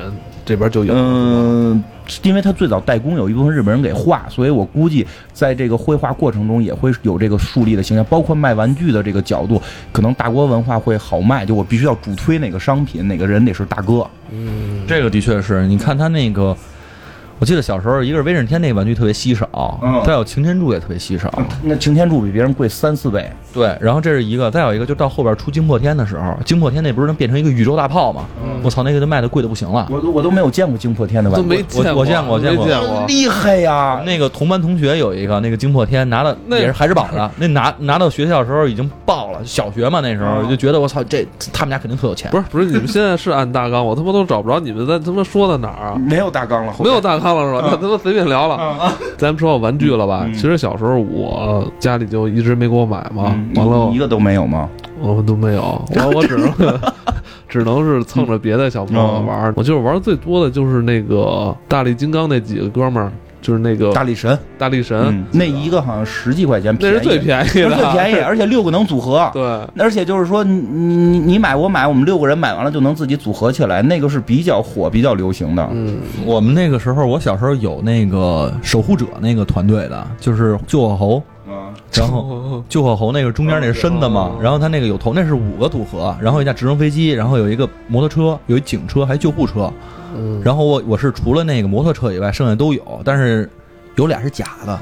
Speaker 1: 这边就有，
Speaker 2: 嗯，因为他最早代工有一部分日本人给画，所以我估计在这个绘画过程中也会有这个树立的形象，包括卖玩具的这个角度，可能大国文化会好卖。就我必须要主推哪个商品，哪个人得是大哥。
Speaker 3: 这个的确是你看他那个。我记得小时候，一个是威震天那个玩具特别稀少，
Speaker 2: 嗯
Speaker 3: 再有擎天柱也特别稀少，
Speaker 2: 那擎天柱比别人贵三四倍，
Speaker 3: 对，然后这是一个，再有一个就到后边出惊破天的时候，惊破天那不是能变成一个宇宙大炮吗？我操，那个就卖的贵的不行了。
Speaker 2: 我都我都没有见过惊破天的玩
Speaker 1: 都
Speaker 2: 具，
Speaker 1: 没
Speaker 3: 我
Speaker 1: 见
Speaker 3: 我见
Speaker 1: 见
Speaker 3: 过我见过
Speaker 1: 没见过。
Speaker 2: 厉害呀！
Speaker 3: 那个同班同学有一个那个惊破天拿到
Speaker 1: 那
Speaker 3: 也是海之宝的，那拿拿到学校的时候已经爆了，小学嘛那时候
Speaker 2: 嗯
Speaker 3: 就觉得我操，这他们家肯定特有钱。
Speaker 1: 不
Speaker 3: 是，
Speaker 1: 是不是，你们现在是按大纲，我他妈都找不着你们在他妈说的哪儿啊？
Speaker 2: 没有大纲了，后
Speaker 1: 没
Speaker 2: 面
Speaker 1: 有大纲了是吧？那他妈随便聊了。咱们说到玩具了吧？
Speaker 2: 嗯
Speaker 1: 其实小时候我家里就一直没给我买嘛，
Speaker 2: 嗯
Speaker 1: 完了
Speaker 2: 一个都没有吗？
Speaker 1: 我哦们都没 有，我我只能只能是蹭着别的小朋
Speaker 2: 嗯
Speaker 1: 友玩儿。我就是玩儿最多的就是那个大力金刚那几个哥们儿，就是那个
Speaker 2: 大力神，
Speaker 1: 大力神
Speaker 2: 哦嗯，，那一个好像十几块钱，
Speaker 1: 那是最便宜
Speaker 2: 宜
Speaker 1: 的，
Speaker 2: 那是最便宜， 哎而且六个能组合。
Speaker 1: 对，
Speaker 2: 而且就是说，你你你买我买，我们六个人买完了就能自己组合起来，那个是比较火、比较流行的。
Speaker 1: 嗯，
Speaker 3: 我们那个时候，我小时候有那个守护者那个团队的，就是救火猴，
Speaker 2: 嗯，
Speaker 3: 然后。 救火猴那个中间那是身子嘛
Speaker 1: 哦，
Speaker 3: 然后他那个有头，那是五个组合，然后一架直升飞机，然后有一个摩托车，有一警车，还有救护车。
Speaker 1: 嗯，
Speaker 3: 然后我我是除了那个摩托车以外，剩下都有，但是有俩是假 的。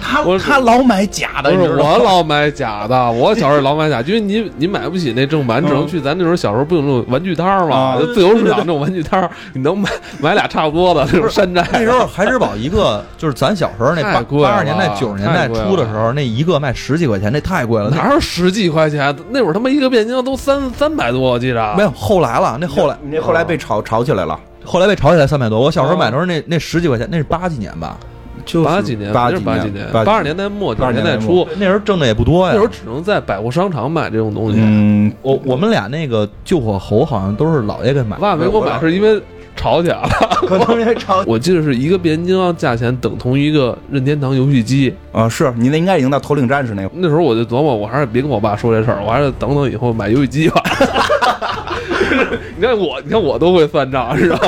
Speaker 2: 他
Speaker 1: 我
Speaker 2: 他老买假的，
Speaker 1: 不
Speaker 2: 你
Speaker 1: 是
Speaker 2: 知道
Speaker 1: 我
Speaker 2: 吗？
Speaker 1: 老买假的，我小时候老买假，因为你你买不起那正版，只能去咱那时候小时候不有那种玩具摊儿嘛，
Speaker 2: 嗯啊
Speaker 1: 就自由 市场那种玩具摊儿，你能买买俩差不多的那种山寨，
Speaker 3: 那时候海之宝一个就是咱小时候那
Speaker 1: 太
Speaker 3: 八
Speaker 1: 贵了
Speaker 3: 八十年代九十年代
Speaker 1: 太贵了
Speaker 3: 初的时候，那一个卖十几块钱，那太贵了。那
Speaker 1: 哪有十几块钱？那会儿他妈一个变形都三三百多，我记着
Speaker 3: 没有后来了，那后来
Speaker 2: 你那后来被
Speaker 1: 啊
Speaker 2: 炒炒起来了，
Speaker 3: 后来被炒起来三百多。我小时候买的时候那那十几块钱，那是八几年吧，
Speaker 2: 就是
Speaker 1: 八几年，
Speaker 2: 八
Speaker 1: 那
Speaker 2: 几
Speaker 1: 是八
Speaker 2: 几
Speaker 1: 年，
Speaker 2: 八
Speaker 1: 八十年代末九十
Speaker 2: 80
Speaker 1: 年
Speaker 2: 年
Speaker 1: 代
Speaker 2: 代
Speaker 1: 初
Speaker 2: 末，
Speaker 3: 那时候挣的也不多
Speaker 1: 那
Speaker 3: 呀。
Speaker 1: 时候只能在百货商场买这种东西。
Speaker 2: 嗯，
Speaker 3: 我我们俩那个救火猴好像都是姥爷给买的，
Speaker 1: 爸没给我买是因为吵起来了。
Speaker 2: 可能也炒
Speaker 1: 我记得是一个变形金刚价钱等同于一个任天堂游戏机。
Speaker 2: 啊，是你那应该已经到头领战士那个。
Speaker 1: 那时候我就琢磨，我还是别跟我爸说这事儿，我还是等等以后买游戏机吧。 你看我，你看我都会算账，是吧？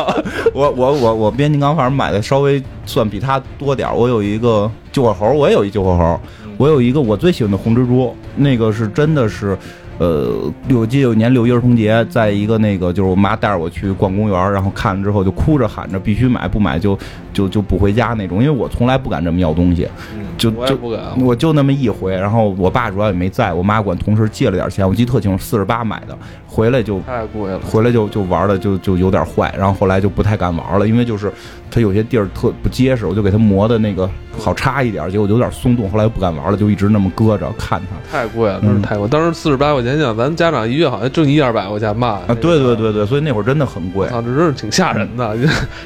Speaker 2: 我我我我变形金刚反正买的稍微算比他多点儿。我有一个救火猴，我也有一救火猴，我有一个我最喜欢的红蜘蛛，那个是真的是。呃，我记得有一年六一儿童节，在一个那个就是我妈带着我去逛公园儿，然后看了之后就哭着喊着必须买，不买就就就不回家那种，因为我从来不敢这么要东西，就
Speaker 1: 嗯我也
Speaker 2: 就
Speaker 1: 不敢。
Speaker 2: 我就那么一回，然后我爸主要也没在，我妈管同事借了点钱，我记得特清楚，四十八买的，回来就
Speaker 1: 太贵了，
Speaker 2: 回来就就玩的就就有点坏，然后后来就不太敢玩了，因为就是它有些地儿特不结实，我就给它磨的那个好插一点，结果就有点松动，后来又不敢玩了，就一直那么搁着看它。
Speaker 1: 太贵了，真是
Speaker 2: 嗯
Speaker 1: 太贵。当时四十八块钱，你想咱家长一月好像挣一二百块钱吧？
Speaker 2: 啊，对对对对，所以那会儿真的很贵
Speaker 1: 我。操，这真是挺吓人 的，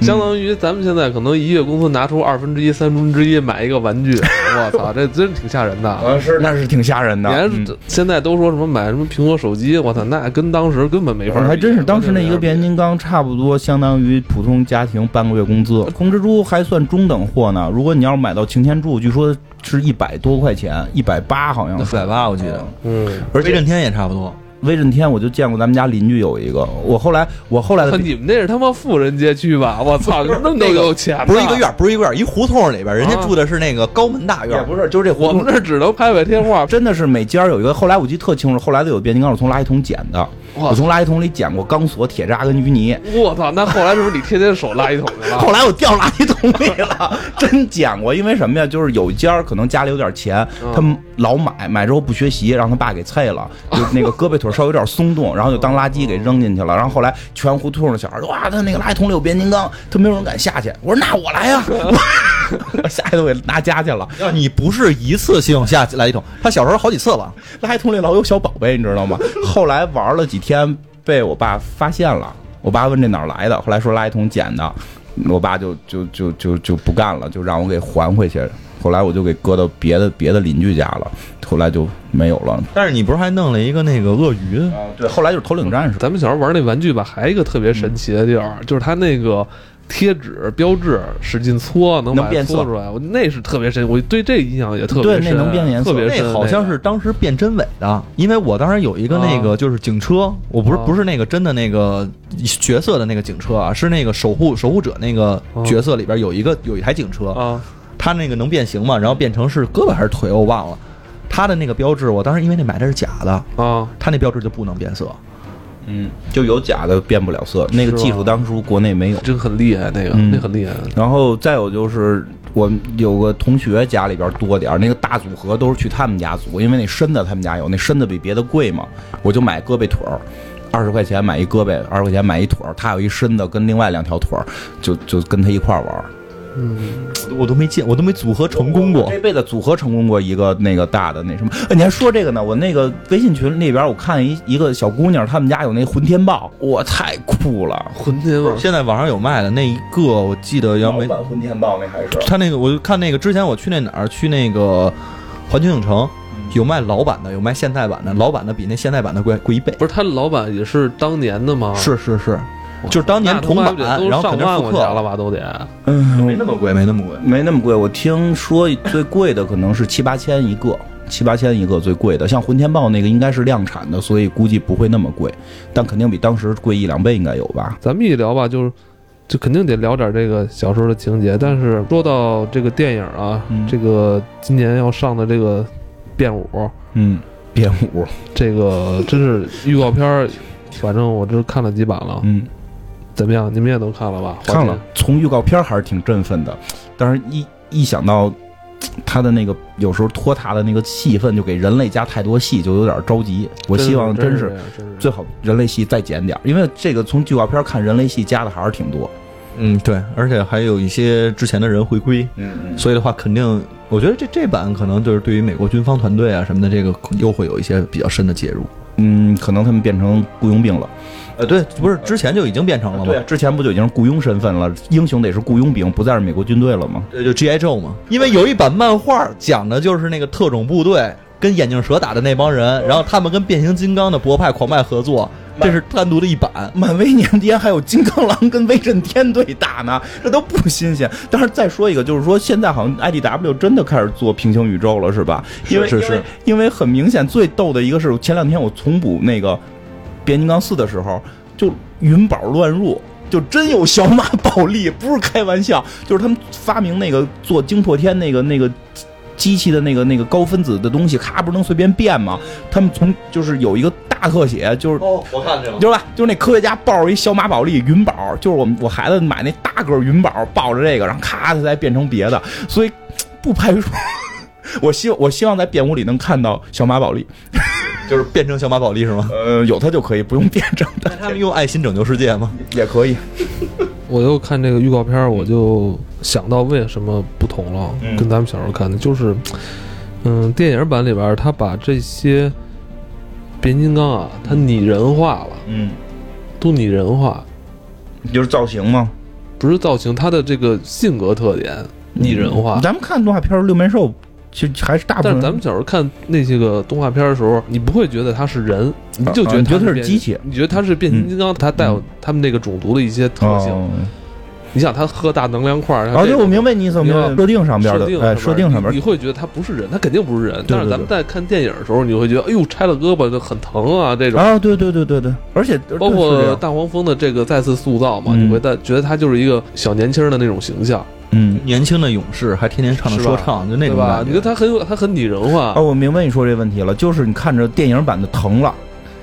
Speaker 1: 相当于咱们现在可能一月工资拿出二分之一、三分之一买一个玩 具，我操，这真挺吓人的。
Speaker 2: 啊，是那是挺吓人
Speaker 1: 你
Speaker 2: 的，
Speaker 1: 还
Speaker 2: 嗯
Speaker 1: 是现在都说什么买什么苹果手机，我操，那跟当时根本没法比。
Speaker 2: 还真是当时那一个
Speaker 1: 边
Speaker 2: 变形金刚差不多相当于普通家庭半个月工资，红蜘蛛还算中等货呢。如果你要是买到擎天柱，据说是一百多块钱，一百八好像
Speaker 3: 一
Speaker 2: 是。
Speaker 3: 百八我记得，
Speaker 1: 嗯，
Speaker 3: 而且震天也差不多。
Speaker 2: 威震天我就见过咱们家邻居有一个，我后来我后来的
Speaker 1: 操你们那是他妈富人街区吧？我 操，那么有钱呢，
Speaker 3: 不是一个院儿，不是一个院儿，一胡同里边，人家
Speaker 1: 啊
Speaker 3: 住的是那个高门大院
Speaker 2: 也
Speaker 3: 儿。
Speaker 2: 不是，就是这活
Speaker 1: 我们
Speaker 2: 动。
Speaker 1: 这只能拍拍贴画。
Speaker 2: 真的是每家有一个，后来我记得特清楚，后来的有变形金刚是从垃圾桶捡的，
Speaker 1: 哇
Speaker 2: 我从垃圾桶里捡过钢索、铁渣跟淤泥，
Speaker 1: 我操，那后来是不是你天天手拉一桶去了？
Speaker 2: 后来我掉垃圾桶里了， 真捡过。因为什么呀？就是有一家可能家里有点钱
Speaker 1: 嗯，
Speaker 2: 他老买，买之后不学习，让他爸给 啐了，就那个胳膊腿稍微有点松动，然后就当垃圾给扔进去了。然后后来全胡同的小孩儿，哇，他那个垃圾桶里有变形金刚，他没有人敢下去。我说那我来呀、 我下去都给拿家去了。
Speaker 3: 要你不是一次性下来一桶，他小时候好几次了。
Speaker 2: 垃圾桶里老有小宝贝，你知 道吗？后来玩了几天，被我爸发现了。我爸问这哪儿来的，后来说垃圾桶捡的，我爸就就就就就不干了，就让我给还回去。后来我就给搁到别的别的邻居家了，后来就没有了。
Speaker 3: 但是你不是还弄了一个那个鳄鱼？
Speaker 2: 啊，对，后来就是头领战士。
Speaker 1: 咱们小时候玩那玩具吧，还有一个特别神奇的地儿，就是它那个贴纸标志使劲搓，能
Speaker 2: 能
Speaker 1: 把它
Speaker 2: 变
Speaker 1: 搓
Speaker 2: 色
Speaker 1: 出来。我那是特别深，我对这印象也特别
Speaker 2: 对那
Speaker 1: 深，
Speaker 2: 能变颜色
Speaker 1: 特别深。
Speaker 3: 那好像是当时变真伪的，因为我当时有一个那个
Speaker 1: 啊
Speaker 3: 就是警车，我不是
Speaker 1: 啊
Speaker 3: 不是那个真的那个角色的那个警车啊，是那个守护守护者那个
Speaker 1: 啊
Speaker 3: 角色里边有一个有一台警车，
Speaker 1: 啊，
Speaker 3: 它那个能变形嘛，然后变成是胳膊还是腿我忘了，它的那个标志，我当时因为那买的是假的，
Speaker 1: 啊，
Speaker 3: 它那标志就不能变色。
Speaker 2: 嗯，就有假的变不了色，那个
Speaker 1: 是吧
Speaker 3: 啊
Speaker 2: 技术当初国内没有。
Speaker 1: 这个很厉害，那个、
Speaker 2: 嗯
Speaker 1: 那很厉害。
Speaker 2: 然后再有就是，我们有个同学家里边多点儿，那个大组合都是去他们家组，因为那身子他们家有，那身子比别的贵嘛，我就买胳膊腿儿，二十块钱买一胳膊，二十块钱买一腿儿，他有一身子跟另外两条腿儿，就就跟他一块儿玩儿。
Speaker 1: 嗯，
Speaker 3: 我都没见，我都没组合成功
Speaker 2: 我
Speaker 3: 过
Speaker 2: 这。辈子组合成功过一个那个大的那什么。哎，你还说这个呢？我那个微信群里边，我看一一个小姑娘，他们家有那混天豹，哇，太酷了！
Speaker 1: 混天王
Speaker 3: 现在网上有卖的那一个，我记得要没
Speaker 2: 版混天豹那还是
Speaker 3: 他那个，我就看那个之前我去那哪儿去那个环球影城，
Speaker 1: 嗯
Speaker 3: 有卖老版的，有卖现代版的，老版的比那现代版的贵贵一倍。
Speaker 1: 不是他老板也是当年的吗？
Speaker 3: 是是是，
Speaker 1: 啊哇，
Speaker 3: 就是当年
Speaker 1: 那他
Speaker 3: 铜
Speaker 1: 妈
Speaker 3: 版
Speaker 1: 得都，
Speaker 3: 然后
Speaker 1: 上
Speaker 3: 肯定
Speaker 1: 万
Speaker 3: 复
Speaker 1: 块
Speaker 3: 刻
Speaker 1: 钱了吧，都得。
Speaker 3: 没那么贵，没那么贵。
Speaker 2: 嗯没那么贵，我听说最贵的可能是七八千一个，七八千一个最贵的。像混天豹那个应该是量产的，所以估计不会那么贵，但肯定比当时贵一两倍应该有吧。
Speaker 1: 咱们一聊吧，就是就肯定得聊点这个小时候的情节。但是说到这个电影啊，
Speaker 2: 嗯
Speaker 1: 这个今年要上的这个《变五》，
Speaker 2: 嗯，编舞，
Speaker 1: 这个真是预告片儿，反正我这看了几版了，
Speaker 2: 嗯，
Speaker 1: 怎么样？你们也都看了吧？
Speaker 2: 看
Speaker 1: 花
Speaker 2: 了
Speaker 1: 姐，，
Speaker 2: 从预告片还是挺振奋的，但是一一想到。他的那个有时候拖沓的那个戏份，就给人类加太多戏，就有点着急。我希望
Speaker 1: 真
Speaker 2: 真
Speaker 1: 是
Speaker 2: 是
Speaker 1: 这样真是
Speaker 2: 最好人类戏再减点儿，因为这个从预告片看，人类戏加的还是挺多。
Speaker 3: 嗯，对，而且还有一些之前的人回归，
Speaker 2: 嗯嗯
Speaker 3: 所以的话，肯定我觉得这这版可能就是对于美国军方团队啊什么的，这个又会有一些比较深的介入。
Speaker 2: 嗯，可能他们变成雇佣兵了。
Speaker 3: 呃，对，不是之前就已经变成了吗
Speaker 2: 对，？之前不就已经是雇佣身份了？英雄得是雇佣兵，不再是美国军队了吗？
Speaker 3: 对，呃就 G.I. Joe 嘛，因为有一版漫画讲的就是那个特种部队跟眼镜蛇打的那帮人，然后他们跟变形金刚的博派狂派合作，这是单独的一版。
Speaker 2: 漫威年间还有金刚狼跟威震天对打呢，这都不新鲜。但是再说一个，就是说现在好像 IDW 真的开始做平行宇宙了，是吧？因为
Speaker 3: 是是
Speaker 2: 因为因为很明显，最逗的一个是前两天我重补那个变形金刚四的时候，就云宝乱入。就真有小马宝莉，不是开玩笑，就是他们发明那个做惊破天那个那个机器的那个那个高分子的东西，咔不是能随便变吗？他们从就是有一个大特写，就是
Speaker 3: 哦，我看见了。
Speaker 2: 就是吧？就是那科学家抱着一小马宝莉云宝，就是我们我孩子买那大个云宝，抱着这个，然后咔，它再变成别的，所以不排除。 我希我希望在变屋里能看到小马宝莉，
Speaker 3: 就是变成小马宝莉是 吗？
Speaker 2: 呃，有它就可以，不用变成
Speaker 3: 那他们用爱心拯救世界吗？
Speaker 2: 也可以。
Speaker 1: 我又看这个预告片儿，我就想到为什么不同了，
Speaker 2: 嗯
Speaker 1: 跟咱们小时候看的，就是，嗯，电影版里边儿他把这些变形金刚啊，他拟人化了，
Speaker 2: 嗯，
Speaker 1: 都拟人化，
Speaker 2: 就是造型嘛，
Speaker 1: 不是造型，他的这个性格特点拟人化。
Speaker 2: 咱们看动画片儿六面兽，其实啊还是大部
Speaker 1: 但
Speaker 2: 分
Speaker 1: 是咱们小时候看那些个动画片儿的时候，你不会觉得他是人，你就觉
Speaker 2: 啊
Speaker 1: 得
Speaker 2: 你觉得
Speaker 1: 它
Speaker 2: 它是机器嗯
Speaker 1: 你觉得他是变形金刚，他带有他们那个种族的一些特性。
Speaker 2: 哦
Speaker 1: 你想，他喝大能量块儿，它
Speaker 2: 哦，
Speaker 1: 这
Speaker 2: 对，
Speaker 1: 个
Speaker 2: 我明白你意思，我明白
Speaker 1: 明白
Speaker 2: 设定上边
Speaker 1: 设
Speaker 2: 的
Speaker 1: 定，
Speaker 2: 哎，设定上边
Speaker 1: 你
Speaker 2: 儿，
Speaker 1: 会觉得他不是人，他肯定不是人。但是
Speaker 2: 对
Speaker 1: 咱们在看电影的时候，你会觉得，哎呦，拆了胳膊就很疼啊，这种。
Speaker 2: 啊，对对对对对，而且
Speaker 1: 包
Speaker 2: 对是这
Speaker 1: 括
Speaker 2: 样
Speaker 1: 大黄蜂的这个再次塑造嘛，
Speaker 2: 嗯
Speaker 1: 你会在觉得他就是一个小年轻的那种形象，
Speaker 2: 嗯，
Speaker 3: 年轻的勇士还天天唱着
Speaker 1: 是吧
Speaker 3: 说唱，就那
Speaker 1: 对
Speaker 3: 种
Speaker 1: 吧？
Speaker 3: 感
Speaker 1: 你觉得
Speaker 3: 觉。
Speaker 1: 他很有，他很拟人化
Speaker 2: 哦，。我明白你说这问题了，就是你看着电影版的疼了，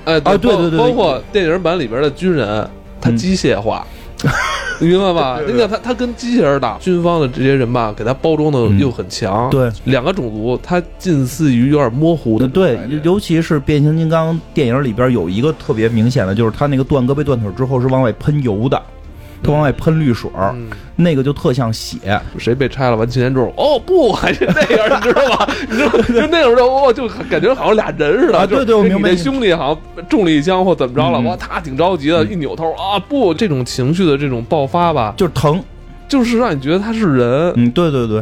Speaker 1: 哎，
Speaker 2: 啊
Speaker 1: 包
Speaker 2: 对对对对
Speaker 1: 包括电影版里边的军人，他
Speaker 2: 嗯
Speaker 1: 机械 化。你明白吧？你看他，他跟机器人打，军方的这些人吧，给他包装的
Speaker 2: 嗯
Speaker 1: 又很强。，
Speaker 2: 对。
Speaker 1: 两个种族，他近似于有点模糊的那种
Speaker 2: 对
Speaker 1: 感觉。，
Speaker 2: 尤其是变形金刚电影里边有一个特别明显的，就是他那个断胳膊断腿之后是往外喷油的，他往外喷绿水儿，
Speaker 1: 嗯
Speaker 2: 那个就特像血。
Speaker 1: 谁被拆了完秦年之后，哦不， 还是那样，你知道吗？你知道就那种时候，我就感觉好像俩人似的。
Speaker 2: 啊
Speaker 1: 就是
Speaker 2: 对对我明白
Speaker 1: 你那兄弟好像中了一枪或怎么着了，
Speaker 2: 嗯
Speaker 1: 哇，他挺着急的，一扭头啊不，这种情绪的这种爆发吧，
Speaker 2: 就是疼，
Speaker 1: 就是让你觉得他是人。
Speaker 2: 嗯，对对对，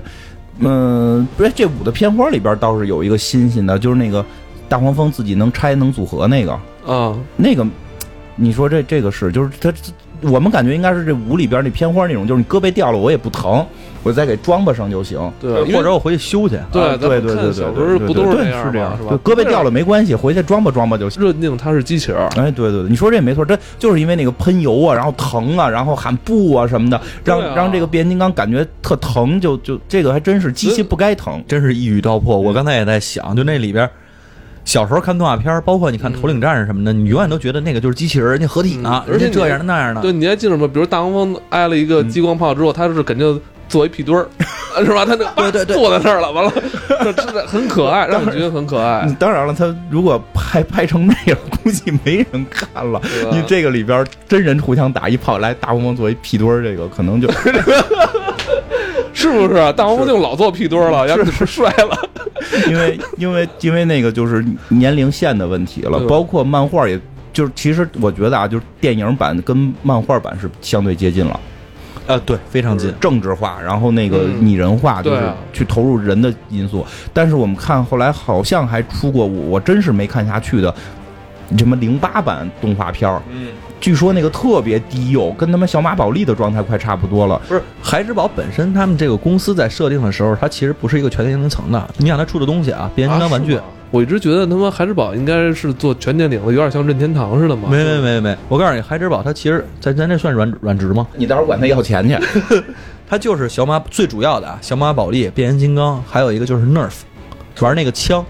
Speaker 2: 嗯、不是这五的片花里边倒是有一个新鲜的，就是那个大黄蜂自己能拆能组合那个，
Speaker 1: 啊，
Speaker 2: 那个，你说这这个是，就是他我们感觉应该是这舞里边那片花那种，就是你胳膊掉了我也不疼，我再给装吧上就行。
Speaker 1: 对，因为
Speaker 3: 呃或者我回去修去。
Speaker 1: 对
Speaker 2: 啊
Speaker 1: 咱们
Speaker 2: 对对
Speaker 1: 看
Speaker 2: 对
Speaker 1: 小时
Speaker 2: 对
Speaker 1: 候
Speaker 2: 对
Speaker 1: 不都
Speaker 2: 对
Speaker 1: 样
Speaker 2: 是这
Speaker 1: 吗？是吧？
Speaker 2: 对，胳膊掉了没关系，回去装吧装吧就行。
Speaker 1: 热定它是机器人儿，
Speaker 2: 哎，对对对，你说这也没错，这就是因为那个喷油啊，然后疼啊，然后喊不啊什么的，让、
Speaker 1: 对啊
Speaker 2: 让这个变形金刚感觉特疼，就就这个还真是机器不该疼。
Speaker 3: 真是一语道破。我刚才也在想，就那里边，小时候看动画片儿，包括你看《头领战士》什么的，你永远都觉得那个就是机器人，人家合体呢，
Speaker 1: 嗯
Speaker 3: 人
Speaker 1: 而且
Speaker 3: 家
Speaker 1: 你
Speaker 3: 这样的那样的。
Speaker 1: 对，你还记得吗？比如大黄蜂挨了一个激光炮之后，它是肯定做一屁墩儿，是吧？它那对对对，坐在那儿了，完了，真的很可爱，让你觉得很可爱
Speaker 2: 嗯。当然了，他如果拍拍成那样， 估计没人看了。
Speaker 1: 对吧
Speaker 2: 因为这个里边真人互相打一炮，来大黄蜂作为屁墩儿，这个可能就是
Speaker 1: 是不是啊？大黄蜂就老做屁墩儿了，要是摔了，
Speaker 2: 因为因为因为那个就是年龄线的问题了，
Speaker 1: 对
Speaker 2: 包括漫画也。就是，其实我觉得啊，就是电影版跟漫画版是相对接近了，
Speaker 3: 啊，对，非常近。
Speaker 2: 政治化，然后那个
Speaker 1: 嗯
Speaker 2: 拟人化，就
Speaker 1: 对
Speaker 2: 是
Speaker 1: 啊
Speaker 2: 去投入人的因素。但是我们看后来好像还出过我我真是没看下去的，什么零八版动画片儿，
Speaker 3: 嗯，
Speaker 2: 据说那个特别低幼，跟他妈小马宝莉的状态快差不多了。
Speaker 3: 不是孩之宝本身，他们这个公司在设定的时候，它其实不是一个全年龄层的。你想它出的东西啊，变形金刚玩具，
Speaker 1: 啊是吗我一直觉得他妈孩之宝应该是做全电影的，有点像任天堂似的嘛。
Speaker 3: 没没没没，我告诉你，孩之宝它其实咱咱这算软软植吗？
Speaker 2: 你到时候管他要 钱去，
Speaker 3: 它就是小马最主要的啊，小马宝莉、变形金刚，还有一个就是 Nerf，玩那个枪，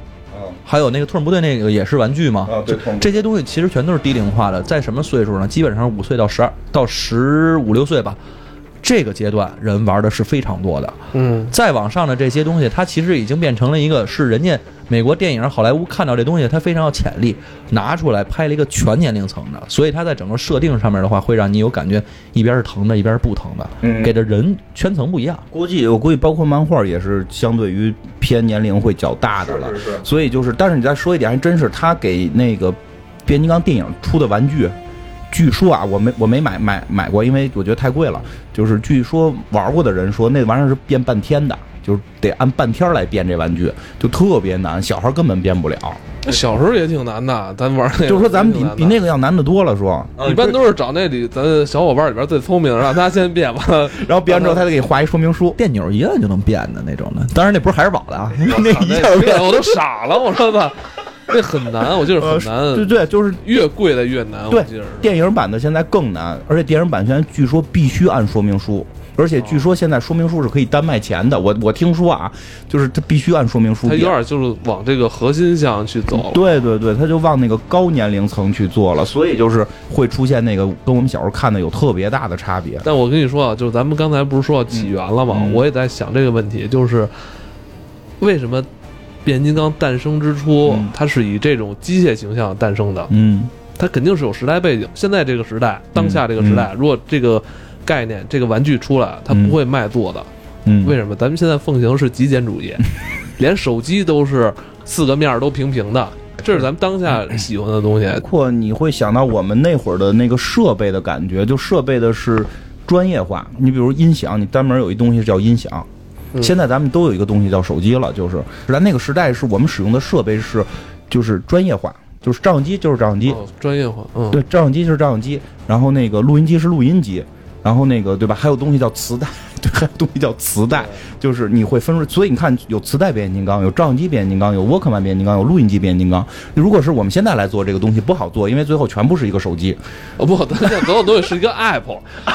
Speaker 3: 还有那个特种部队那个也是玩具嘛。
Speaker 2: 啊对
Speaker 3: 就
Speaker 2: 特种部队
Speaker 3: 这些东西其实全都是低龄化的，在什么岁数呢？基本上五岁到十二到十五六岁吧，这个阶段人玩的是非常多的。
Speaker 1: 嗯，
Speaker 3: 再往上的这些东西，它其实已经变成了一个是人家美国电影好莱坞看到这东西，它非常有潜力，拿出来拍了一个全年龄层的，所以它在整个设定上面的话，会让你有感觉一边是疼的，一边是不疼的，
Speaker 2: 嗯
Speaker 3: 给的人圈层不一样。
Speaker 2: 估计我估计包括漫画也是相对于偏年龄会较大的了，所以就是，但是你再说一点，还真是他给那个变形金刚电影出的玩具，据说啊，我没我没买买买过，因为我觉得太贵了。就是据说玩过的人说，那玩意儿是变半天的，就是得按半天儿来变这玩具，就特别难，小孩根本变不了。
Speaker 1: 小时候也挺难的，咱玩那个，
Speaker 2: 就是说咱们比比那
Speaker 1: 个。
Speaker 2: 个呃要难得多了，说，
Speaker 1: 一般都是找那里咱小伙伴里边最聪明的，让他先变完了。
Speaker 2: 然后变完之后他得给你画一说明书。
Speaker 3: 电钮一摁就能变的那种的，当然那不是海之宝的啊，
Speaker 2: 那一下
Speaker 1: 那变我都傻了，我说操，那很难，我记得
Speaker 2: 呃
Speaker 1: 很
Speaker 2: 对
Speaker 1: 难，
Speaker 2: 对，就是
Speaker 1: 越贵的越难，啊我
Speaker 2: 对
Speaker 1: 记得是。
Speaker 2: 电影版的现在更难，而且电影版现在据说必须按说明书，而且据说现在说明书是可以单卖钱的。我我听说啊，就是它必须按说明书
Speaker 1: 他有
Speaker 2: 编。
Speaker 1: 点就是往这个核心向去走了。
Speaker 2: 嗯对对对，他就往那个高年龄层去做了，所以就是会出现那个跟我们小时候看的有特别大的差别。
Speaker 1: 但我跟你说啊，就是咱们刚才不是说到起源了吗？
Speaker 2: 嗯嗯
Speaker 1: 我也在想这个问题，就是为什么变形金刚诞生之初，
Speaker 2: 嗯
Speaker 1: 它是以这种机械形象诞生的？
Speaker 2: 嗯
Speaker 1: 它肯定是有时代背景。现在这个时代，当下这个时代，
Speaker 2: 嗯
Speaker 1: 如果这个概念、这个玩具出来，它不会卖座的。
Speaker 2: 嗯，
Speaker 1: 为什么？咱们现在奉行是极简主义，连手机都是四个面儿都平平的，这是咱们当下喜欢的东西。
Speaker 2: 包括你会想到我们那会儿的那个设备的感觉，就设备的是专业化。你比如音响，你专门有一东西叫音响。
Speaker 1: 嗯
Speaker 2: 现在咱们都有一个东西叫手机了，就是咱那个时代是我们使用的设备是，就是专业化，就是照相机就是照相机，
Speaker 1: 哦专业化，嗯，
Speaker 2: 对，照相机就是照相机，然后那个录音机是录音机，然后那个对吧？还有东西叫磁带， 对，还有东西叫磁带，就是你会分出。所以你看，有磁带变形金刚，有照相机变形金刚，有沃克曼变形金刚，有录音机变形金刚。如果是我们现在来做这个东西，不好做，因为最后全部是一个手机。
Speaker 1: 哦不，咱现在所有东西是一 个 app，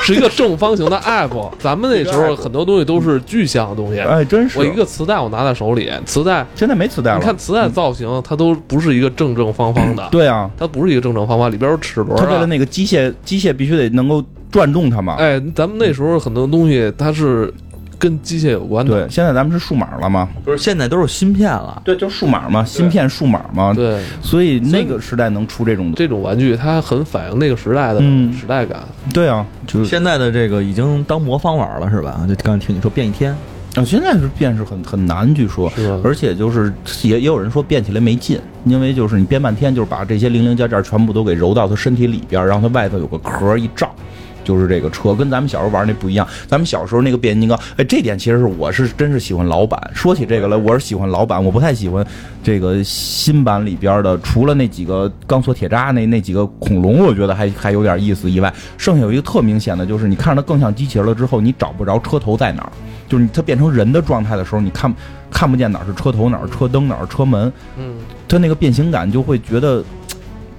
Speaker 1: 是一个正方形的 app。咱们那时候很多东西都是具象的东西。
Speaker 2: 哎，真是。
Speaker 1: 我一个磁带，我拿在手里，磁带，
Speaker 2: 现在没磁带了。
Speaker 1: 你看磁带造型，它都不是一个正正方方的，
Speaker 2: 对啊，
Speaker 1: 它不是一个正正方方，里边有齿轮
Speaker 2: 它为了
Speaker 1: 啊。
Speaker 2: 那个机械，机械必须得能够转动它嘛。
Speaker 1: 哎，咱们那时候很多东西它是跟机械有关的。
Speaker 2: 对，现在咱们是数码了嘛？
Speaker 3: 不是现在都是芯片了，
Speaker 2: 对，就数码嘛，芯片数码嘛。
Speaker 1: 对，
Speaker 2: 所以那个时代能出这种，
Speaker 1: 这种玩具它很反映那个时代的
Speaker 2: 嗯
Speaker 1: 时代感。
Speaker 2: 对啊，就是
Speaker 3: 现在的这个已经当魔方玩了是吧？就刚才听你说变一天，
Speaker 2: 啊，现在是变是很很难，据说
Speaker 1: 是吧，
Speaker 2: 而且就是也也有人说变起来没劲，因为就是你变半天，就是把这些零零件件全部都给揉到他身体里边儿，让他外头有个壳儿一罩，就就是这个车跟咱们小时候玩那不一样。咱们小时候那个变形金刚，哎，这点其实是我是真是喜欢老版。说起这个来，我是喜欢老版，我不太喜欢这个新版里边的，除了那几个钢索铁渣那那几个恐龙，我觉得还还有点意思以外，剩下有一个特明显的就是，你看着它更像机器人了之后，你找不着车头在哪儿，就是你它变成人的状态的时候，你看看不见哪儿是车头，哪儿是车灯，哪儿是车门，
Speaker 1: 嗯，
Speaker 2: 它那个变形感就会觉得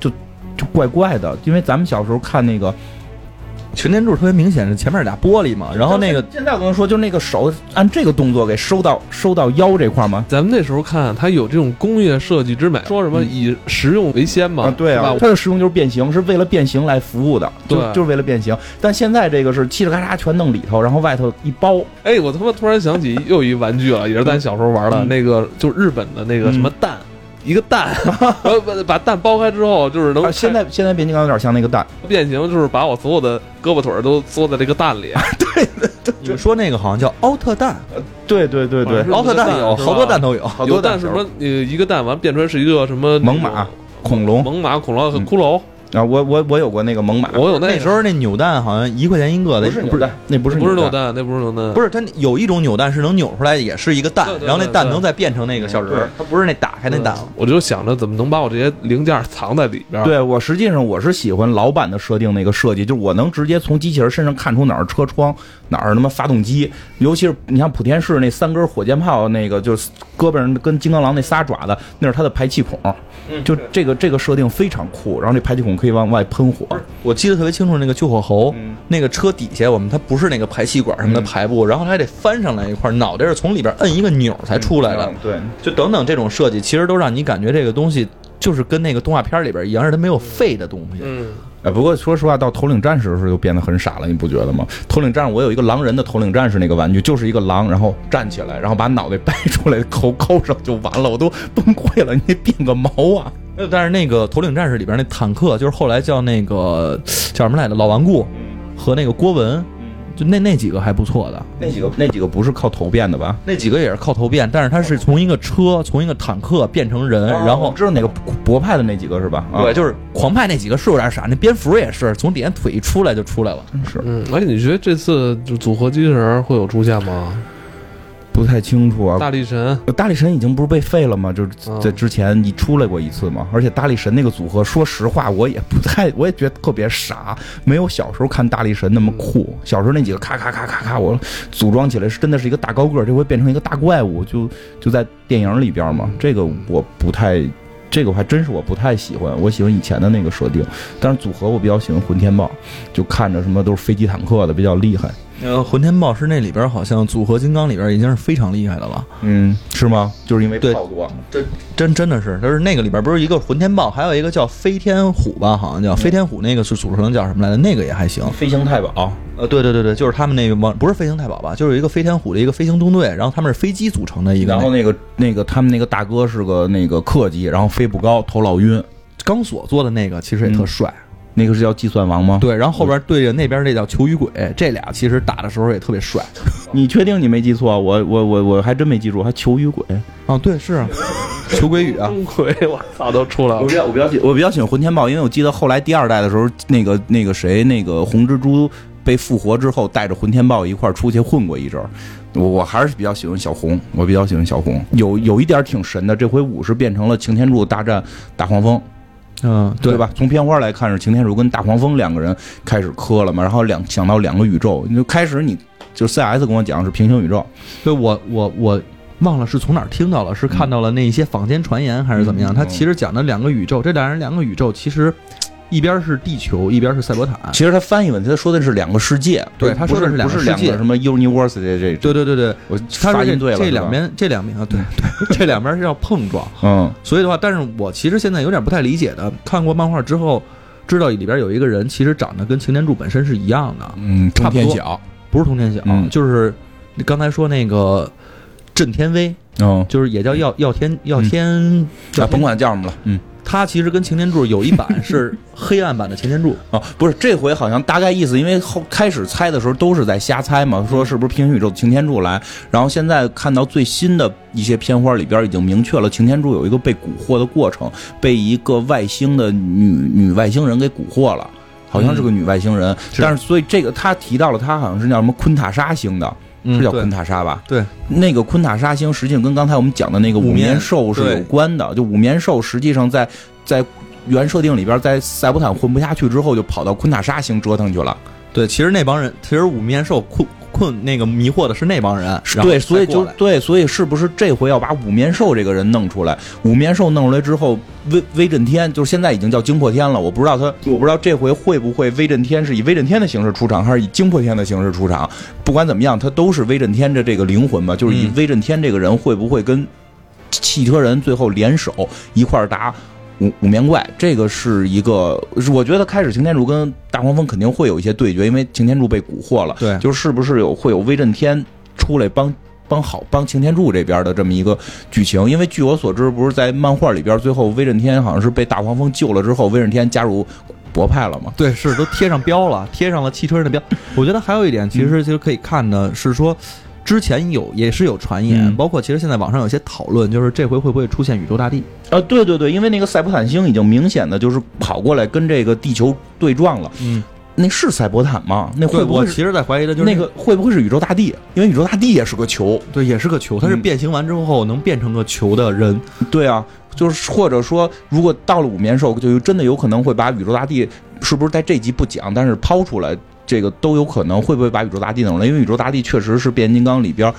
Speaker 2: 就就怪怪的，因为咱们小时候看那个，
Speaker 3: 擎天柱特别明显是前面有俩玻璃嘛，然后 那个
Speaker 2: 现在我跟你说，就那个手按这个动作给收到收到腰这块吗？
Speaker 1: 咱们那时候看它有这种工业设计之美，说什么
Speaker 2: 嗯
Speaker 1: 以实用为先嘛，
Speaker 2: 啊，对啊
Speaker 1: 是，吧
Speaker 2: 它的使用就是变形，是为了变形来服务的，就
Speaker 1: 对
Speaker 2: 就是为了变形。但现在这个是嘁哩咔嚓全弄里头，然后外头一包，
Speaker 1: 哎，我他妈突然想起又有一玩具了，也是咱小时候玩的
Speaker 2: 嗯
Speaker 1: 那个，就日本的那个什么蛋，一个 蛋，然后把把蛋剥开之后，就是能
Speaker 2: 啊现在现在变形金刚有点像那个蛋，
Speaker 1: 变形，就是把我所有的胳膊腿儿都缩在这个蛋
Speaker 2: 啊
Speaker 1: 里。
Speaker 3: 你们说那个好像叫奥特蛋，
Speaker 2: 对对对
Speaker 1: 对
Speaker 3: 奥特蛋有
Speaker 1: 是吧
Speaker 3: 好多蛋都有，
Speaker 2: 好
Speaker 1: 有
Speaker 2: 多
Speaker 1: 蛋
Speaker 2: 蛋
Speaker 1: 什么？呃，一个蛋完变出来是一个什么
Speaker 2: 猛犸、恐龙
Speaker 1: 猛犸、恐龙和
Speaker 2: 嗯
Speaker 1: 骷髅。
Speaker 2: 啊，我我我有过那个猛犸，
Speaker 1: 我有
Speaker 3: 那
Speaker 1: 个
Speaker 3: 时候那扭蛋好像一块钱一个的，
Speaker 2: 不是那不是
Speaker 1: 不是
Speaker 2: 扭
Speaker 1: 扭蛋，那不是扭蛋，
Speaker 3: 不
Speaker 1: 是
Speaker 3: 是，它有一种扭蛋是能扭出来，也是一个蛋
Speaker 1: 对，对
Speaker 3: 然后那蛋
Speaker 1: 对对
Speaker 3: 能再变成那个小人儿
Speaker 2: 对，
Speaker 3: 它不是那打开那蛋了。
Speaker 1: 我就想着怎么能把我这些零件藏在里边儿。
Speaker 2: 啊对我实际上我是喜欢老版的设定那个设计，就是我能直接从机器人身上看出哪儿车窗，哪儿他妈发动机，尤其是你像普天市那三根火箭炮，那个就是胳膊上跟金刚狼那仨爪子，那是它的排气孔，就这个这个设定非常酷，然后这排气孔可以往外喷火，
Speaker 3: 我记得特别清楚，那个救火猴
Speaker 2: 嗯，
Speaker 3: 那个车底下我们它不是那个排气管什么的
Speaker 2: 嗯
Speaker 3: 排布，然后它还得翻上来一块儿，脑袋是从里边摁一个钮儿才出来的
Speaker 2: 嗯，对。
Speaker 3: 就等等这种设计，其实都让你感觉这个东西就是跟那个动画片里边一样，是它没有废的东西。
Speaker 1: 嗯，
Speaker 2: 哎，不过说实话，到头领战士的时候就变得很傻了，你不觉得吗？头领战士，我有一个狼人的头领战士那个玩具，就是一个狼，然后站起来，然后把脑袋掰出来， 头扣上就完了，我都崩溃了，你变个毛啊！
Speaker 3: 呃但是那个《头领战士》里边那坦克，就是后来叫那个叫什么来着，老顽固和那个郭文，就那那几个还不错的。
Speaker 2: 那几个那几个不是靠头变的吧？
Speaker 3: 那几个也是靠头变，但是它是从一个车，从一个坦克变成人，然后
Speaker 2: 我哎知道哪个博派的那几个是吧？哦啊
Speaker 3: 哦对，，就是狂派那几个是有点傻，那蝙蝠也是从底下腿一出来就出来了。
Speaker 2: 真是
Speaker 1: 嗯，而且你觉得这次就组合机器人儿会有出现吗？
Speaker 2: 不太清楚啊。
Speaker 1: 大力神，
Speaker 2: 大力神已经不是被废了吗？就是
Speaker 1: 嗯
Speaker 2: 在之前你出来过一次嘛。而且大力神那个组合，说实话，我也不太，我也觉得特别傻，没有小时候看大力神那么酷。小时候那几个咔咔咔咔咔，我组装起来是真的是一个大高个儿，这回变成一个大怪物，就就在电影里边嘛。这个我不太，这个我还真是我不太喜欢，我喜欢以前的那个设定。但是组合我比较喜欢混天豹，就看着什么都是飞机坦克的比较厉害。
Speaker 3: 呃，混天豹是那里边好像组合金刚里边已经是非常厉害的了，
Speaker 2: 嗯，是吗？就是因为
Speaker 3: 对
Speaker 2: 炮多。
Speaker 3: 真真的是，就是那个里边不是一个混天豹，还有一个叫飞天虎吧，好像叫飞天虎，那个是组成叫什么来着？那个也还行。
Speaker 2: 飞行太保，
Speaker 3: 呃，对对对对，就是他们那个王不是飞行太保吧，就是有一个飞天虎的一个飞行中队，然后他们是飞机组成的一个
Speaker 2: 然
Speaker 3: 那
Speaker 2: 后
Speaker 3: 个，
Speaker 2: 那个那个他们那个大哥是个那个客机，然后飞不高，头老晕。
Speaker 3: 钢索做的那个其实也特
Speaker 2: 嗯
Speaker 3: 帅。
Speaker 2: 那个是叫计算王吗？，
Speaker 3: 对，然后后边对着那边那叫球与鬼，这俩其实打的时候也特别帅。
Speaker 2: 你确定你没记错？啊我我我我还真没记住，还求雨鬼。
Speaker 3: 啊，对，是啊，球鬼语啊，
Speaker 1: 钟馗，我操，都出来了
Speaker 2: 啊我比。较我比较喜我比较喜欢混天豹，因为我记得后来第二代的时候，那个那个谁，那个红蜘蛛被复活之后，带着混天豹一块儿出去混过一阵儿。我我还是比较喜欢小红，我比较喜欢小红。有有一点挺神的，这回五是变成了擎天柱大战大黄蜂。
Speaker 3: 嗯，
Speaker 2: 对？吧？从片花来看，是擎天柱跟大黄蜂两个人开始磕了嘛，然后两想到两个宇宙，你就开始你就 CS 跟我讲是平行宇宙，
Speaker 3: 对，我我我忘了是从哪儿听到了，是看到了那些坊间传言还是怎么样？
Speaker 2: 嗯
Speaker 3: 他其实讲的两个宇宙，这俩人两个宇宙其实一边是地球，一边是赛博坦。
Speaker 2: 其实他翻译问题，他说的是两个世界，
Speaker 3: 啊对
Speaker 2: 不
Speaker 3: 他说的是
Speaker 2: 不是
Speaker 3: 两个
Speaker 2: 不是
Speaker 3: 世界
Speaker 2: 什么 University 这这，
Speaker 3: 对对对对，
Speaker 2: 我
Speaker 3: 他
Speaker 2: 发
Speaker 3: 说这
Speaker 2: 音对了，
Speaker 3: 这
Speaker 2: 是吧
Speaker 3: 两边这两边啊，对 对，这两边是要碰撞。
Speaker 2: 嗯
Speaker 3: 所以的话，但是我其实现在有点不太理解的，看过漫画之后，知道里边有一个人其实长得跟擎天柱本身是一样的，
Speaker 2: 嗯，
Speaker 3: 差
Speaker 2: 通
Speaker 3: 不多
Speaker 2: 天晓，
Speaker 3: 不是通天晓，
Speaker 2: 嗯
Speaker 3: 就是你刚才说那个震天威，
Speaker 2: 嗯，
Speaker 3: 就是也叫耀耀天耀天，
Speaker 2: 啊
Speaker 3: 耀
Speaker 2: 甭
Speaker 3: 天
Speaker 2: 管叫什么了，嗯
Speaker 3: 他其实跟擎天柱有一版是黑暗版的擎天柱，
Speaker 2: 哦，不是这回好像大概意思，因为后开始猜的时候都是在瞎猜嘛，说是不是平行宇宙擎天柱来，然后现在看到最新的一些片花里边已经明确了擎天柱有一个被蛊惑的过程，被一个外星的女女外星人给蛊惑了。好像是个女外星人。
Speaker 3: 是
Speaker 2: 但是所以这个他提到了，他好像是叫什么昆塔莎星的，
Speaker 3: 嗯
Speaker 2: 是叫
Speaker 3: 对
Speaker 2: 昆塔莎吧？
Speaker 3: 对，
Speaker 2: 那个昆塔莎星实际上跟刚才我们讲的那个
Speaker 3: 五
Speaker 2: 五
Speaker 3: 面
Speaker 2: 面兽是
Speaker 3: 对
Speaker 2: 有关的。就五面兽实际上在在原设定里边，在赛博坦混不下去之后，就跑到昆塔莎星折腾去了。
Speaker 3: 对，其实那帮人，其实五面兽困困那个迷惑的是那帮人，然后
Speaker 2: 对，所以
Speaker 3: 才过
Speaker 2: 就
Speaker 3: 来
Speaker 2: 对，所以是不是这回要把五面兽这个人弄出来？五面兽弄出来之后，威威震天就是现在已经叫惊破天了，我不知道他，我不知道这回会不会威震天是以威震天的形式出场，还是以惊破天的形式出场？不管怎么样，他都是威震天的这个灵魂吧，就是以
Speaker 3: 嗯
Speaker 2: 威震天这个人会不会跟汽车人最后联手一块儿打五五面怪，这个是一个，是我觉得开始擎天柱跟大黄蜂肯定会有一些对决，因为擎天柱被蛊惑了，
Speaker 3: 对
Speaker 2: 就是不是有会有威震天出来帮。帮好帮擎天柱这边的这么一个剧情，因为据我所知，不是在漫画里边，最后威震天好像是被大黄蜂救了之后，威震天加入博派了嘛？
Speaker 3: 对，是都贴上标了，贴上了汽车人的 标。我觉得还有一点，其实其实可以看的是说，之前有也是有传言，
Speaker 2: 嗯
Speaker 3: 包括其实现在网上有些讨论，就是这回会不会出现宇宙大帝？
Speaker 2: 啊，对对对，因为那个赛博坦星已经明显的就是跑过来跟这个地球对撞了，
Speaker 3: 嗯，
Speaker 2: 那是赛博坦吗？那
Speaker 3: 对
Speaker 2: 会不
Speaker 3: 我
Speaker 2: 会
Speaker 3: 其
Speaker 2: 是
Speaker 3: 实在怀疑的就是
Speaker 2: 那个会不会是宇宙大帝？因为宇宙大帝也是个球，
Speaker 3: 对，也是个球，它是
Speaker 2: 嗯
Speaker 3: 变形完之后能变成个球的人。
Speaker 2: 对啊，就是或者说，如果到了五面兽，就真的有可能会把宇宙大帝是不是在这集不讲，但是抛出来，这个都有可能会不会把宇宙大帝弄了？因为宇宙大帝确实是变形金刚里边。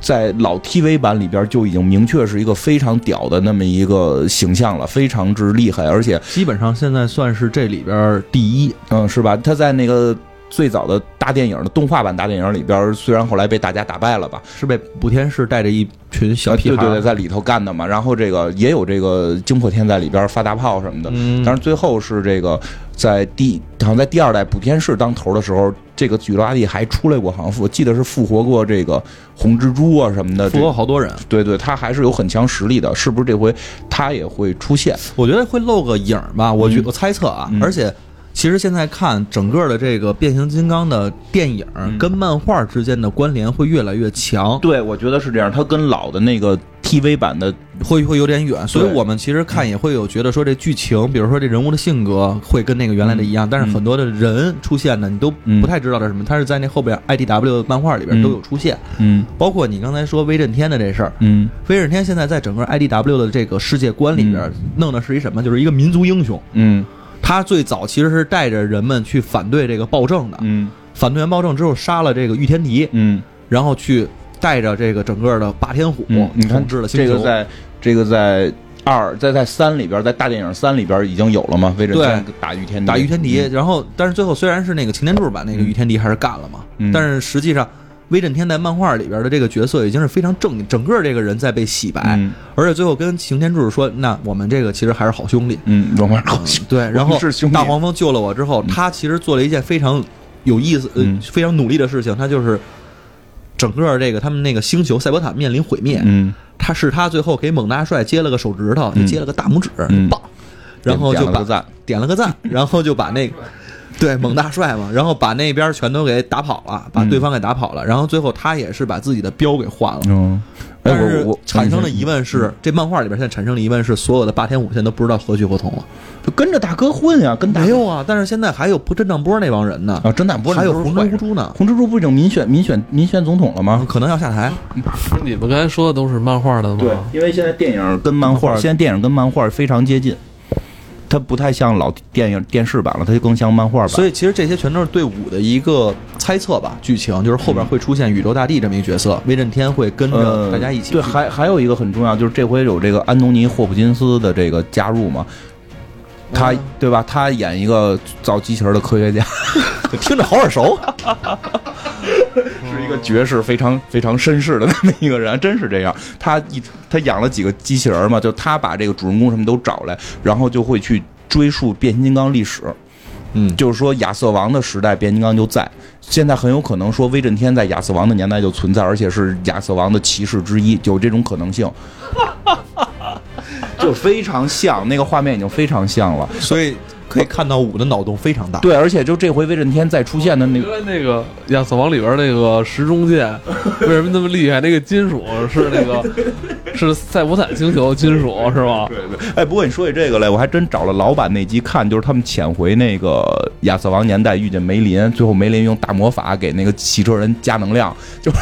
Speaker 2: 在老 TV 版里边就已经明确是一个非常屌的那么一个形象了，非常之厉害，而且
Speaker 3: 基本上现在算是这里边儿第一，
Speaker 2: 嗯，是吧？他在那个最早的大电影的动画版大电影里边，虽然后来被大家打败了吧，
Speaker 3: 是被补天士带着一群小
Speaker 2: 啊
Speaker 3: 屁
Speaker 2: 对
Speaker 3: 孩
Speaker 2: 对
Speaker 3: 儿
Speaker 2: 对，，在里头干的嘛。然后这个也有这个惊破天在里边发大炮什么的，
Speaker 3: 嗯，
Speaker 2: 但是最后是这个在第好像在第二代补天士当头的时候，这个举拉利还出来过，好像我记得是复活过这个红蜘蛛啊什么的。
Speaker 3: 复
Speaker 2: 这
Speaker 3: 活好多人，
Speaker 2: 对对，他还是有很强实力的，是不是这回他也会出现？
Speaker 3: 我觉得会露个影儿吧，我觉
Speaker 2: 嗯
Speaker 3: 我猜测啊，
Speaker 2: 嗯
Speaker 3: 而且其实现在看整个的这个变形金刚的电影儿跟漫画之间的关联会越来越强，
Speaker 2: 嗯对，我觉得是这样。他跟老的那个 TV 版的
Speaker 3: 会会有点远，所以
Speaker 2: 对
Speaker 3: 我们其实看也会有觉得说这剧情，比如说这人物的性格会跟那个原来的一样，但是很多的人出现的你都
Speaker 2: 嗯
Speaker 3: 不太知道这是什么，他是在那后边 IDW 漫画里边
Speaker 2: 嗯
Speaker 3: 都有出现，
Speaker 2: 嗯
Speaker 3: 包括你刚才说威震天的这事儿。
Speaker 2: 嗯
Speaker 3: 威震天现在在整个 IDW 的这个世界观里边
Speaker 2: 嗯
Speaker 3: 弄的是一什么？就是一个民族英雄。
Speaker 2: 嗯
Speaker 3: 他最早其实是带着人们去反对这个暴政的，
Speaker 2: 嗯
Speaker 3: 反对完暴政之后杀了这个玉天敌，
Speaker 2: 嗯，
Speaker 3: 然后去带着这个整个的霸天虎
Speaker 2: 嗯你看
Speaker 3: 统治了星
Speaker 2: 这
Speaker 3: 球
Speaker 2: 个。在这个在二在在三里边，在大电影三里边已经有了嘛？威震天打御天敌
Speaker 3: 打玉天敌，
Speaker 2: 嗯
Speaker 3: 然后但是最后虽然是那个擎天柱把那个玉天敌还是干了嘛，
Speaker 2: 嗯
Speaker 3: 但是实际上威震天在漫画里边的这个角色已经是非常正，整个这个人在被洗白，
Speaker 2: 嗯
Speaker 3: 而且最后跟擎天柱说，那我们这个其实还是好兄弟，
Speaker 2: 嗯，龙门好
Speaker 3: 嗯对，然后
Speaker 2: 是兄弟
Speaker 3: 大黄蜂救了我之后，他其实做了一件非常有意思、呃
Speaker 2: 嗯
Speaker 3: 非常努力的事情，他就是整个这个他们那个星球赛博坦面临毁灭，
Speaker 2: 嗯。
Speaker 3: 他是他最后给猛大帅接了个手指头，
Speaker 2: 嗯
Speaker 3: 就接了个大拇指，
Speaker 2: 嗯
Speaker 3: 棒，然后就
Speaker 2: 点了
Speaker 3: 把
Speaker 2: 个赞
Speaker 3: 点了个 赞，然后就把那个。对，猛大帅嘛，然后把那边全都给打跑了，把
Speaker 2: 嗯
Speaker 3: 对方给打跑了，然后最后他也是把自己的标给换了，
Speaker 2: 嗯，哎
Speaker 3: 但是
Speaker 2: 我我嗯
Speaker 3: 产生的疑，问是，这漫画里边现在产生的疑问是，所有的霸天虎现在都不知道何去何从了。
Speaker 2: 就跟着大哥混呀，跟大
Speaker 3: 没有啊，但是现在还有不震荡波那帮人呢，
Speaker 2: 啊，真胆波
Speaker 3: 还有红蜘蛛呢，
Speaker 2: 红蜘蛛不已经民选民选民选总统了吗？
Speaker 3: 可能要下台。
Speaker 1: 不是你们刚才说的都是漫画的吗？
Speaker 2: 因为现在电影跟漫画，现在电影跟漫画非常接近，它不太像老电影电视版了，它就更像漫画版。
Speaker 3: 所
Speaker 2: 以，
Speaker 3: 以其实这些全都是对五的一个猜测吧，剧情就是后边会出现宇宙大帝这么一个角色，威震天会跟着
Speaker 2: 呃，
Speaker 3: 大家一起去。
Speaker 2: 对，还还有一个很重要，就是这回有这个安东尼·霍普金斯的这个加入嘛。他
Speaker 3: 嗯
Speaker 2: 对吧？他演一个造机器人的科学家，
Speaker 3: 听着好耳熟。
Speaker 2: 是一个爵士非常非常绅士的那么一个人，真是这样。他一他养了几个机器人嘛，就他把这个主人公什么都找来，然后就会去追溯变形金刚历史。
Speaker 3: 嗯，
Speaker 2: 就是说亚瑟王的时代，变形金刚就在。现在很有可能说威震天在亚瑟王的年代就存在，而且是亚瑟王的骑士之一，有这种可能性。就非常像，那个画面已经非常像了。
Speaker 3: 所以可以看到五的脑洞非常大。
Speaker 2: 对，而且就这回威震天再出现的那
Speaker 1: 原
Speaker 2: 个，
Speaker 1: 来那个《亚瑟王》里边那个时钟剑，为什么那么厉害？那个金属是那个是赛博坦星球金属是吧？
Speaker 2: 对对，哎，不过你说起这个来，我还真找了老版那集看，就是他们潜回那个亚瑟王年代遇见梅林，最后梅林用大魔法给那个汽车人加能量，就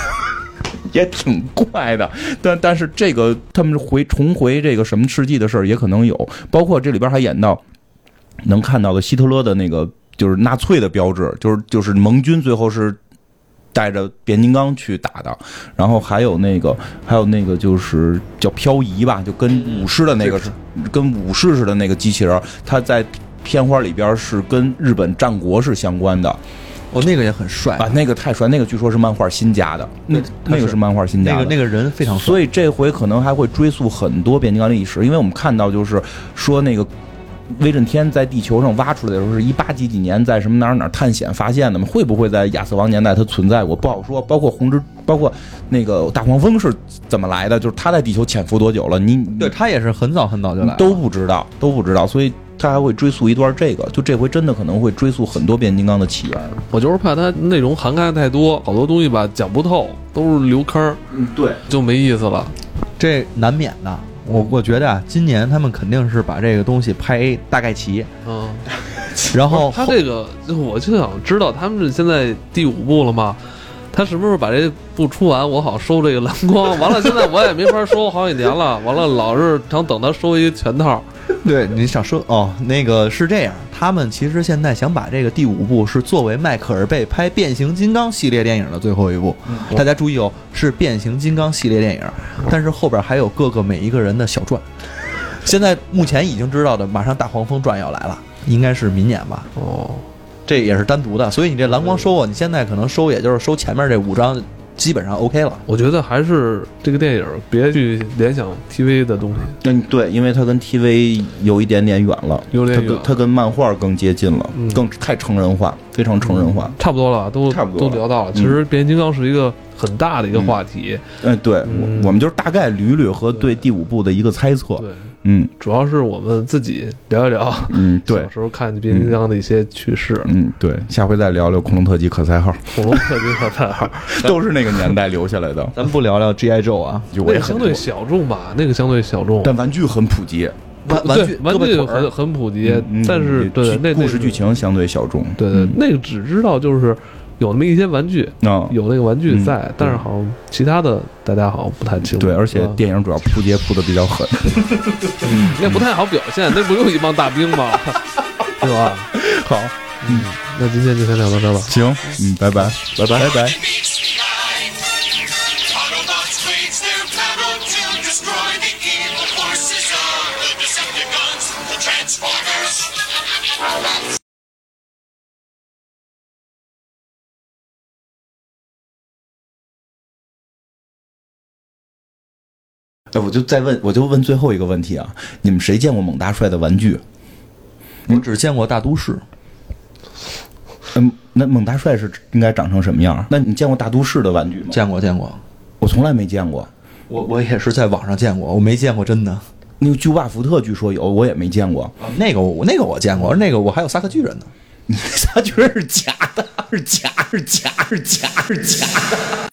Speaker 2: 也挺怪的。但但是这个他们回重回这个什么世纪的事儿也可能有，包括这里边还演到能看到的希特勒的那个就是纳粹的标志，就是就是盟军最后是。带着变形金刚去打的，然后还有那个，还有那个就是叫漂移吧，就跟
Speaker 3: 嗯
Speaker 2: 武士的那个，跟武士似的那个机器人，它在片花里边是跟日本战国是相关的
Speaker 3: 哦，那个也很帅，
Speaker 2: 啊，那个太帅，那个据说是漫画新加的，那
Speaker 3: 它
Speaker 2: 那个
Speaker 3: 是
Speaker 2: 是漫画新加
Speaker 3: 那
Speaker 2: 的，
Speaker 3: 个那个人非常帅。
Speaker 2: 所以这回可能还会追溯很多变形金刚的历史，因为我们看到就是说那个。威震天在地球上挖出来的时候是一八几几年，在什么哪儿哪儿探险发现的嘛？会不会在亚瑟王年代它存在过？不好说。包括红之，包括那个大黄蜂是怎么来的？就是它在地球潜伏多久了？你
Speaker 3: 对他也是很早很早就来了，
Speaker 2: 都不知道，都不知道。所以他还会追溯一段这个。就这回真的可能会追溯很多变形金刚的起源。
Speaker 1: 我就是怕它内容涵盖太多，好多东西吧讲不透，都是留坑儿，
Speaker 2: 嗯，对。
Speaker 1: 就没意思了。
Speaker 3: 这难免的。我我觉得啊，今年他们肯定是把这个东西拍大概齐，
Speaker 1: 嗯，
Speaker 3: 然后
Speaker 1: 他
Speaker 3: 后
Speaker 1: 这个，就我就想知道他们是现在第五部了吗？他什么时候把这部出完？我好收这个蓝光。完了，现在我也没法收，好几年了。完了，老是想等他收一全套。
Speaker 3: 对你想说哦，那个是这样，他们其实现在想把这个第五部是作为迈克尔贝拍变形金刚系列电影的最后一部，大家注意哦，是变形金刚系列电影，但是后边还有各个每一个人的小传。现在目前已经知道的，马上大黄蜂传要来了，应该是明年吧，
Speaker 1: 哦，
Speaker 3: 这也是单独的，所以你这蓝光收啊，你现在可能收也就是收前面这五张，基本上 OK 了。
Speaker 1: 我觉得还是这个电影别去联想 TV 的东西，
Speaker 2: 嗯，对，因为它跟 TV 有一点点远了，
Speaker 1: 有点
Speaker 2: 它跟
Speaker 1: 远
Speaker 2: 它跟漫画更接近了，
Speaker 1: 嗯
Speaker 2: 更太成人化，非常成人化。
Speaker 1: 差不多了，都
Speaker 2: 差不多了
Speaker 1: 都聊到了。
Speaker 2: 嗯
Speaker 1: 其实变形金刚是一个很大的一个话题，
Speaker 2: 哎，对，
Speaker 1: 嗯
Speaker 2: 我我们就是大概捋捋和对第五部的一个猜测。
Speaker 1: 对，
Speaker 2: 嗯
Speaker 1: 主要是我们自己聊一聊
Speaker 2: 嗯，对
Speaker 1: 小，时候看变形金刚的一些趣事。
Speaker 2: 嗯对，下回再聊聊恐龙特技可赛 号，
Speaker 1: 恐龙特别可怕，
Speaker 2: 都是那个年代留下来 的。
Speaker 3: 咱不聊聊 G I Joe 啊，
Speaker 2: 有
Speaker 1: 那
Speaker 2: 我也
Speaker 1: 个
Speaker 2: 很
Speaker 1: 相
Speaker 2: 多
Speaker 1: 对，小众吧，那个相对小众。
Speaker 2: 但玩具很普及。
Speaker 3: 玩
Speaker 1: 对
Speaker 3: 玩具
Speaker 1: 玩
Speaker 3: 胳膊
Speaker 1: 具
Speaker 3: 腿儿
Speaker 1: 很很普及，
Speaker 2: 嗯
Speaker 1: 但是
Speaker 2: 也
Speaker 1: 对
Speaker 2: 剧
Speaker 1: 那
Speaker 2: 故事剧，情相对小众。
Speaker 1: 那个对对
Speaker 2: 嗯，
Speaker 1: 那个只知道就是有那么一些玩具，
Speaker 2: 啊，
Speaker 1: 有那个玩具
Speaker 2: 嗯
Speaker 1: 在，但是好像其他的大家好像不太清楚。
Speaker 2: 对，而且
Speaker 1: 是吧
Speaker 2: 电影主要扑街扑的比 较狠。
Speaker 1: 那不太好表现，那不就一帮大兵吗？对吧？
Speaker 2: 好，
Speaker 1: 那今天就先聊到这儿吧。
Speaker 2: 行，嗯，拜拜，拜拜，拜拜。
Speaker 4: meets night. Autobots wage their battle to destroy the evil forces of the Decepticons, the Transformers.
Speaker 2: 哎，我就再问，我就问最后一个问题啊，你们谁见过猛大帅的玩具？
Speaker 3: 我只见过大都市，
Speaker 2: 嗯，那猛大帅是应该长成什么样？那你见过大都市的玩具吗？
Speaker 3: 见过见过，
Speaker 2: 我从来没见过。
Speaker 3: 我我也是在网上见过，我没见过真的。啊
Speaker 2: 那个巨无霸福特据说有，我也没见过。
Speaker 3: 那个我那个我见过，那个我还有萨克巨人呢。
Speaker 2: 他居然是假的，是假，是假，是假，是假的。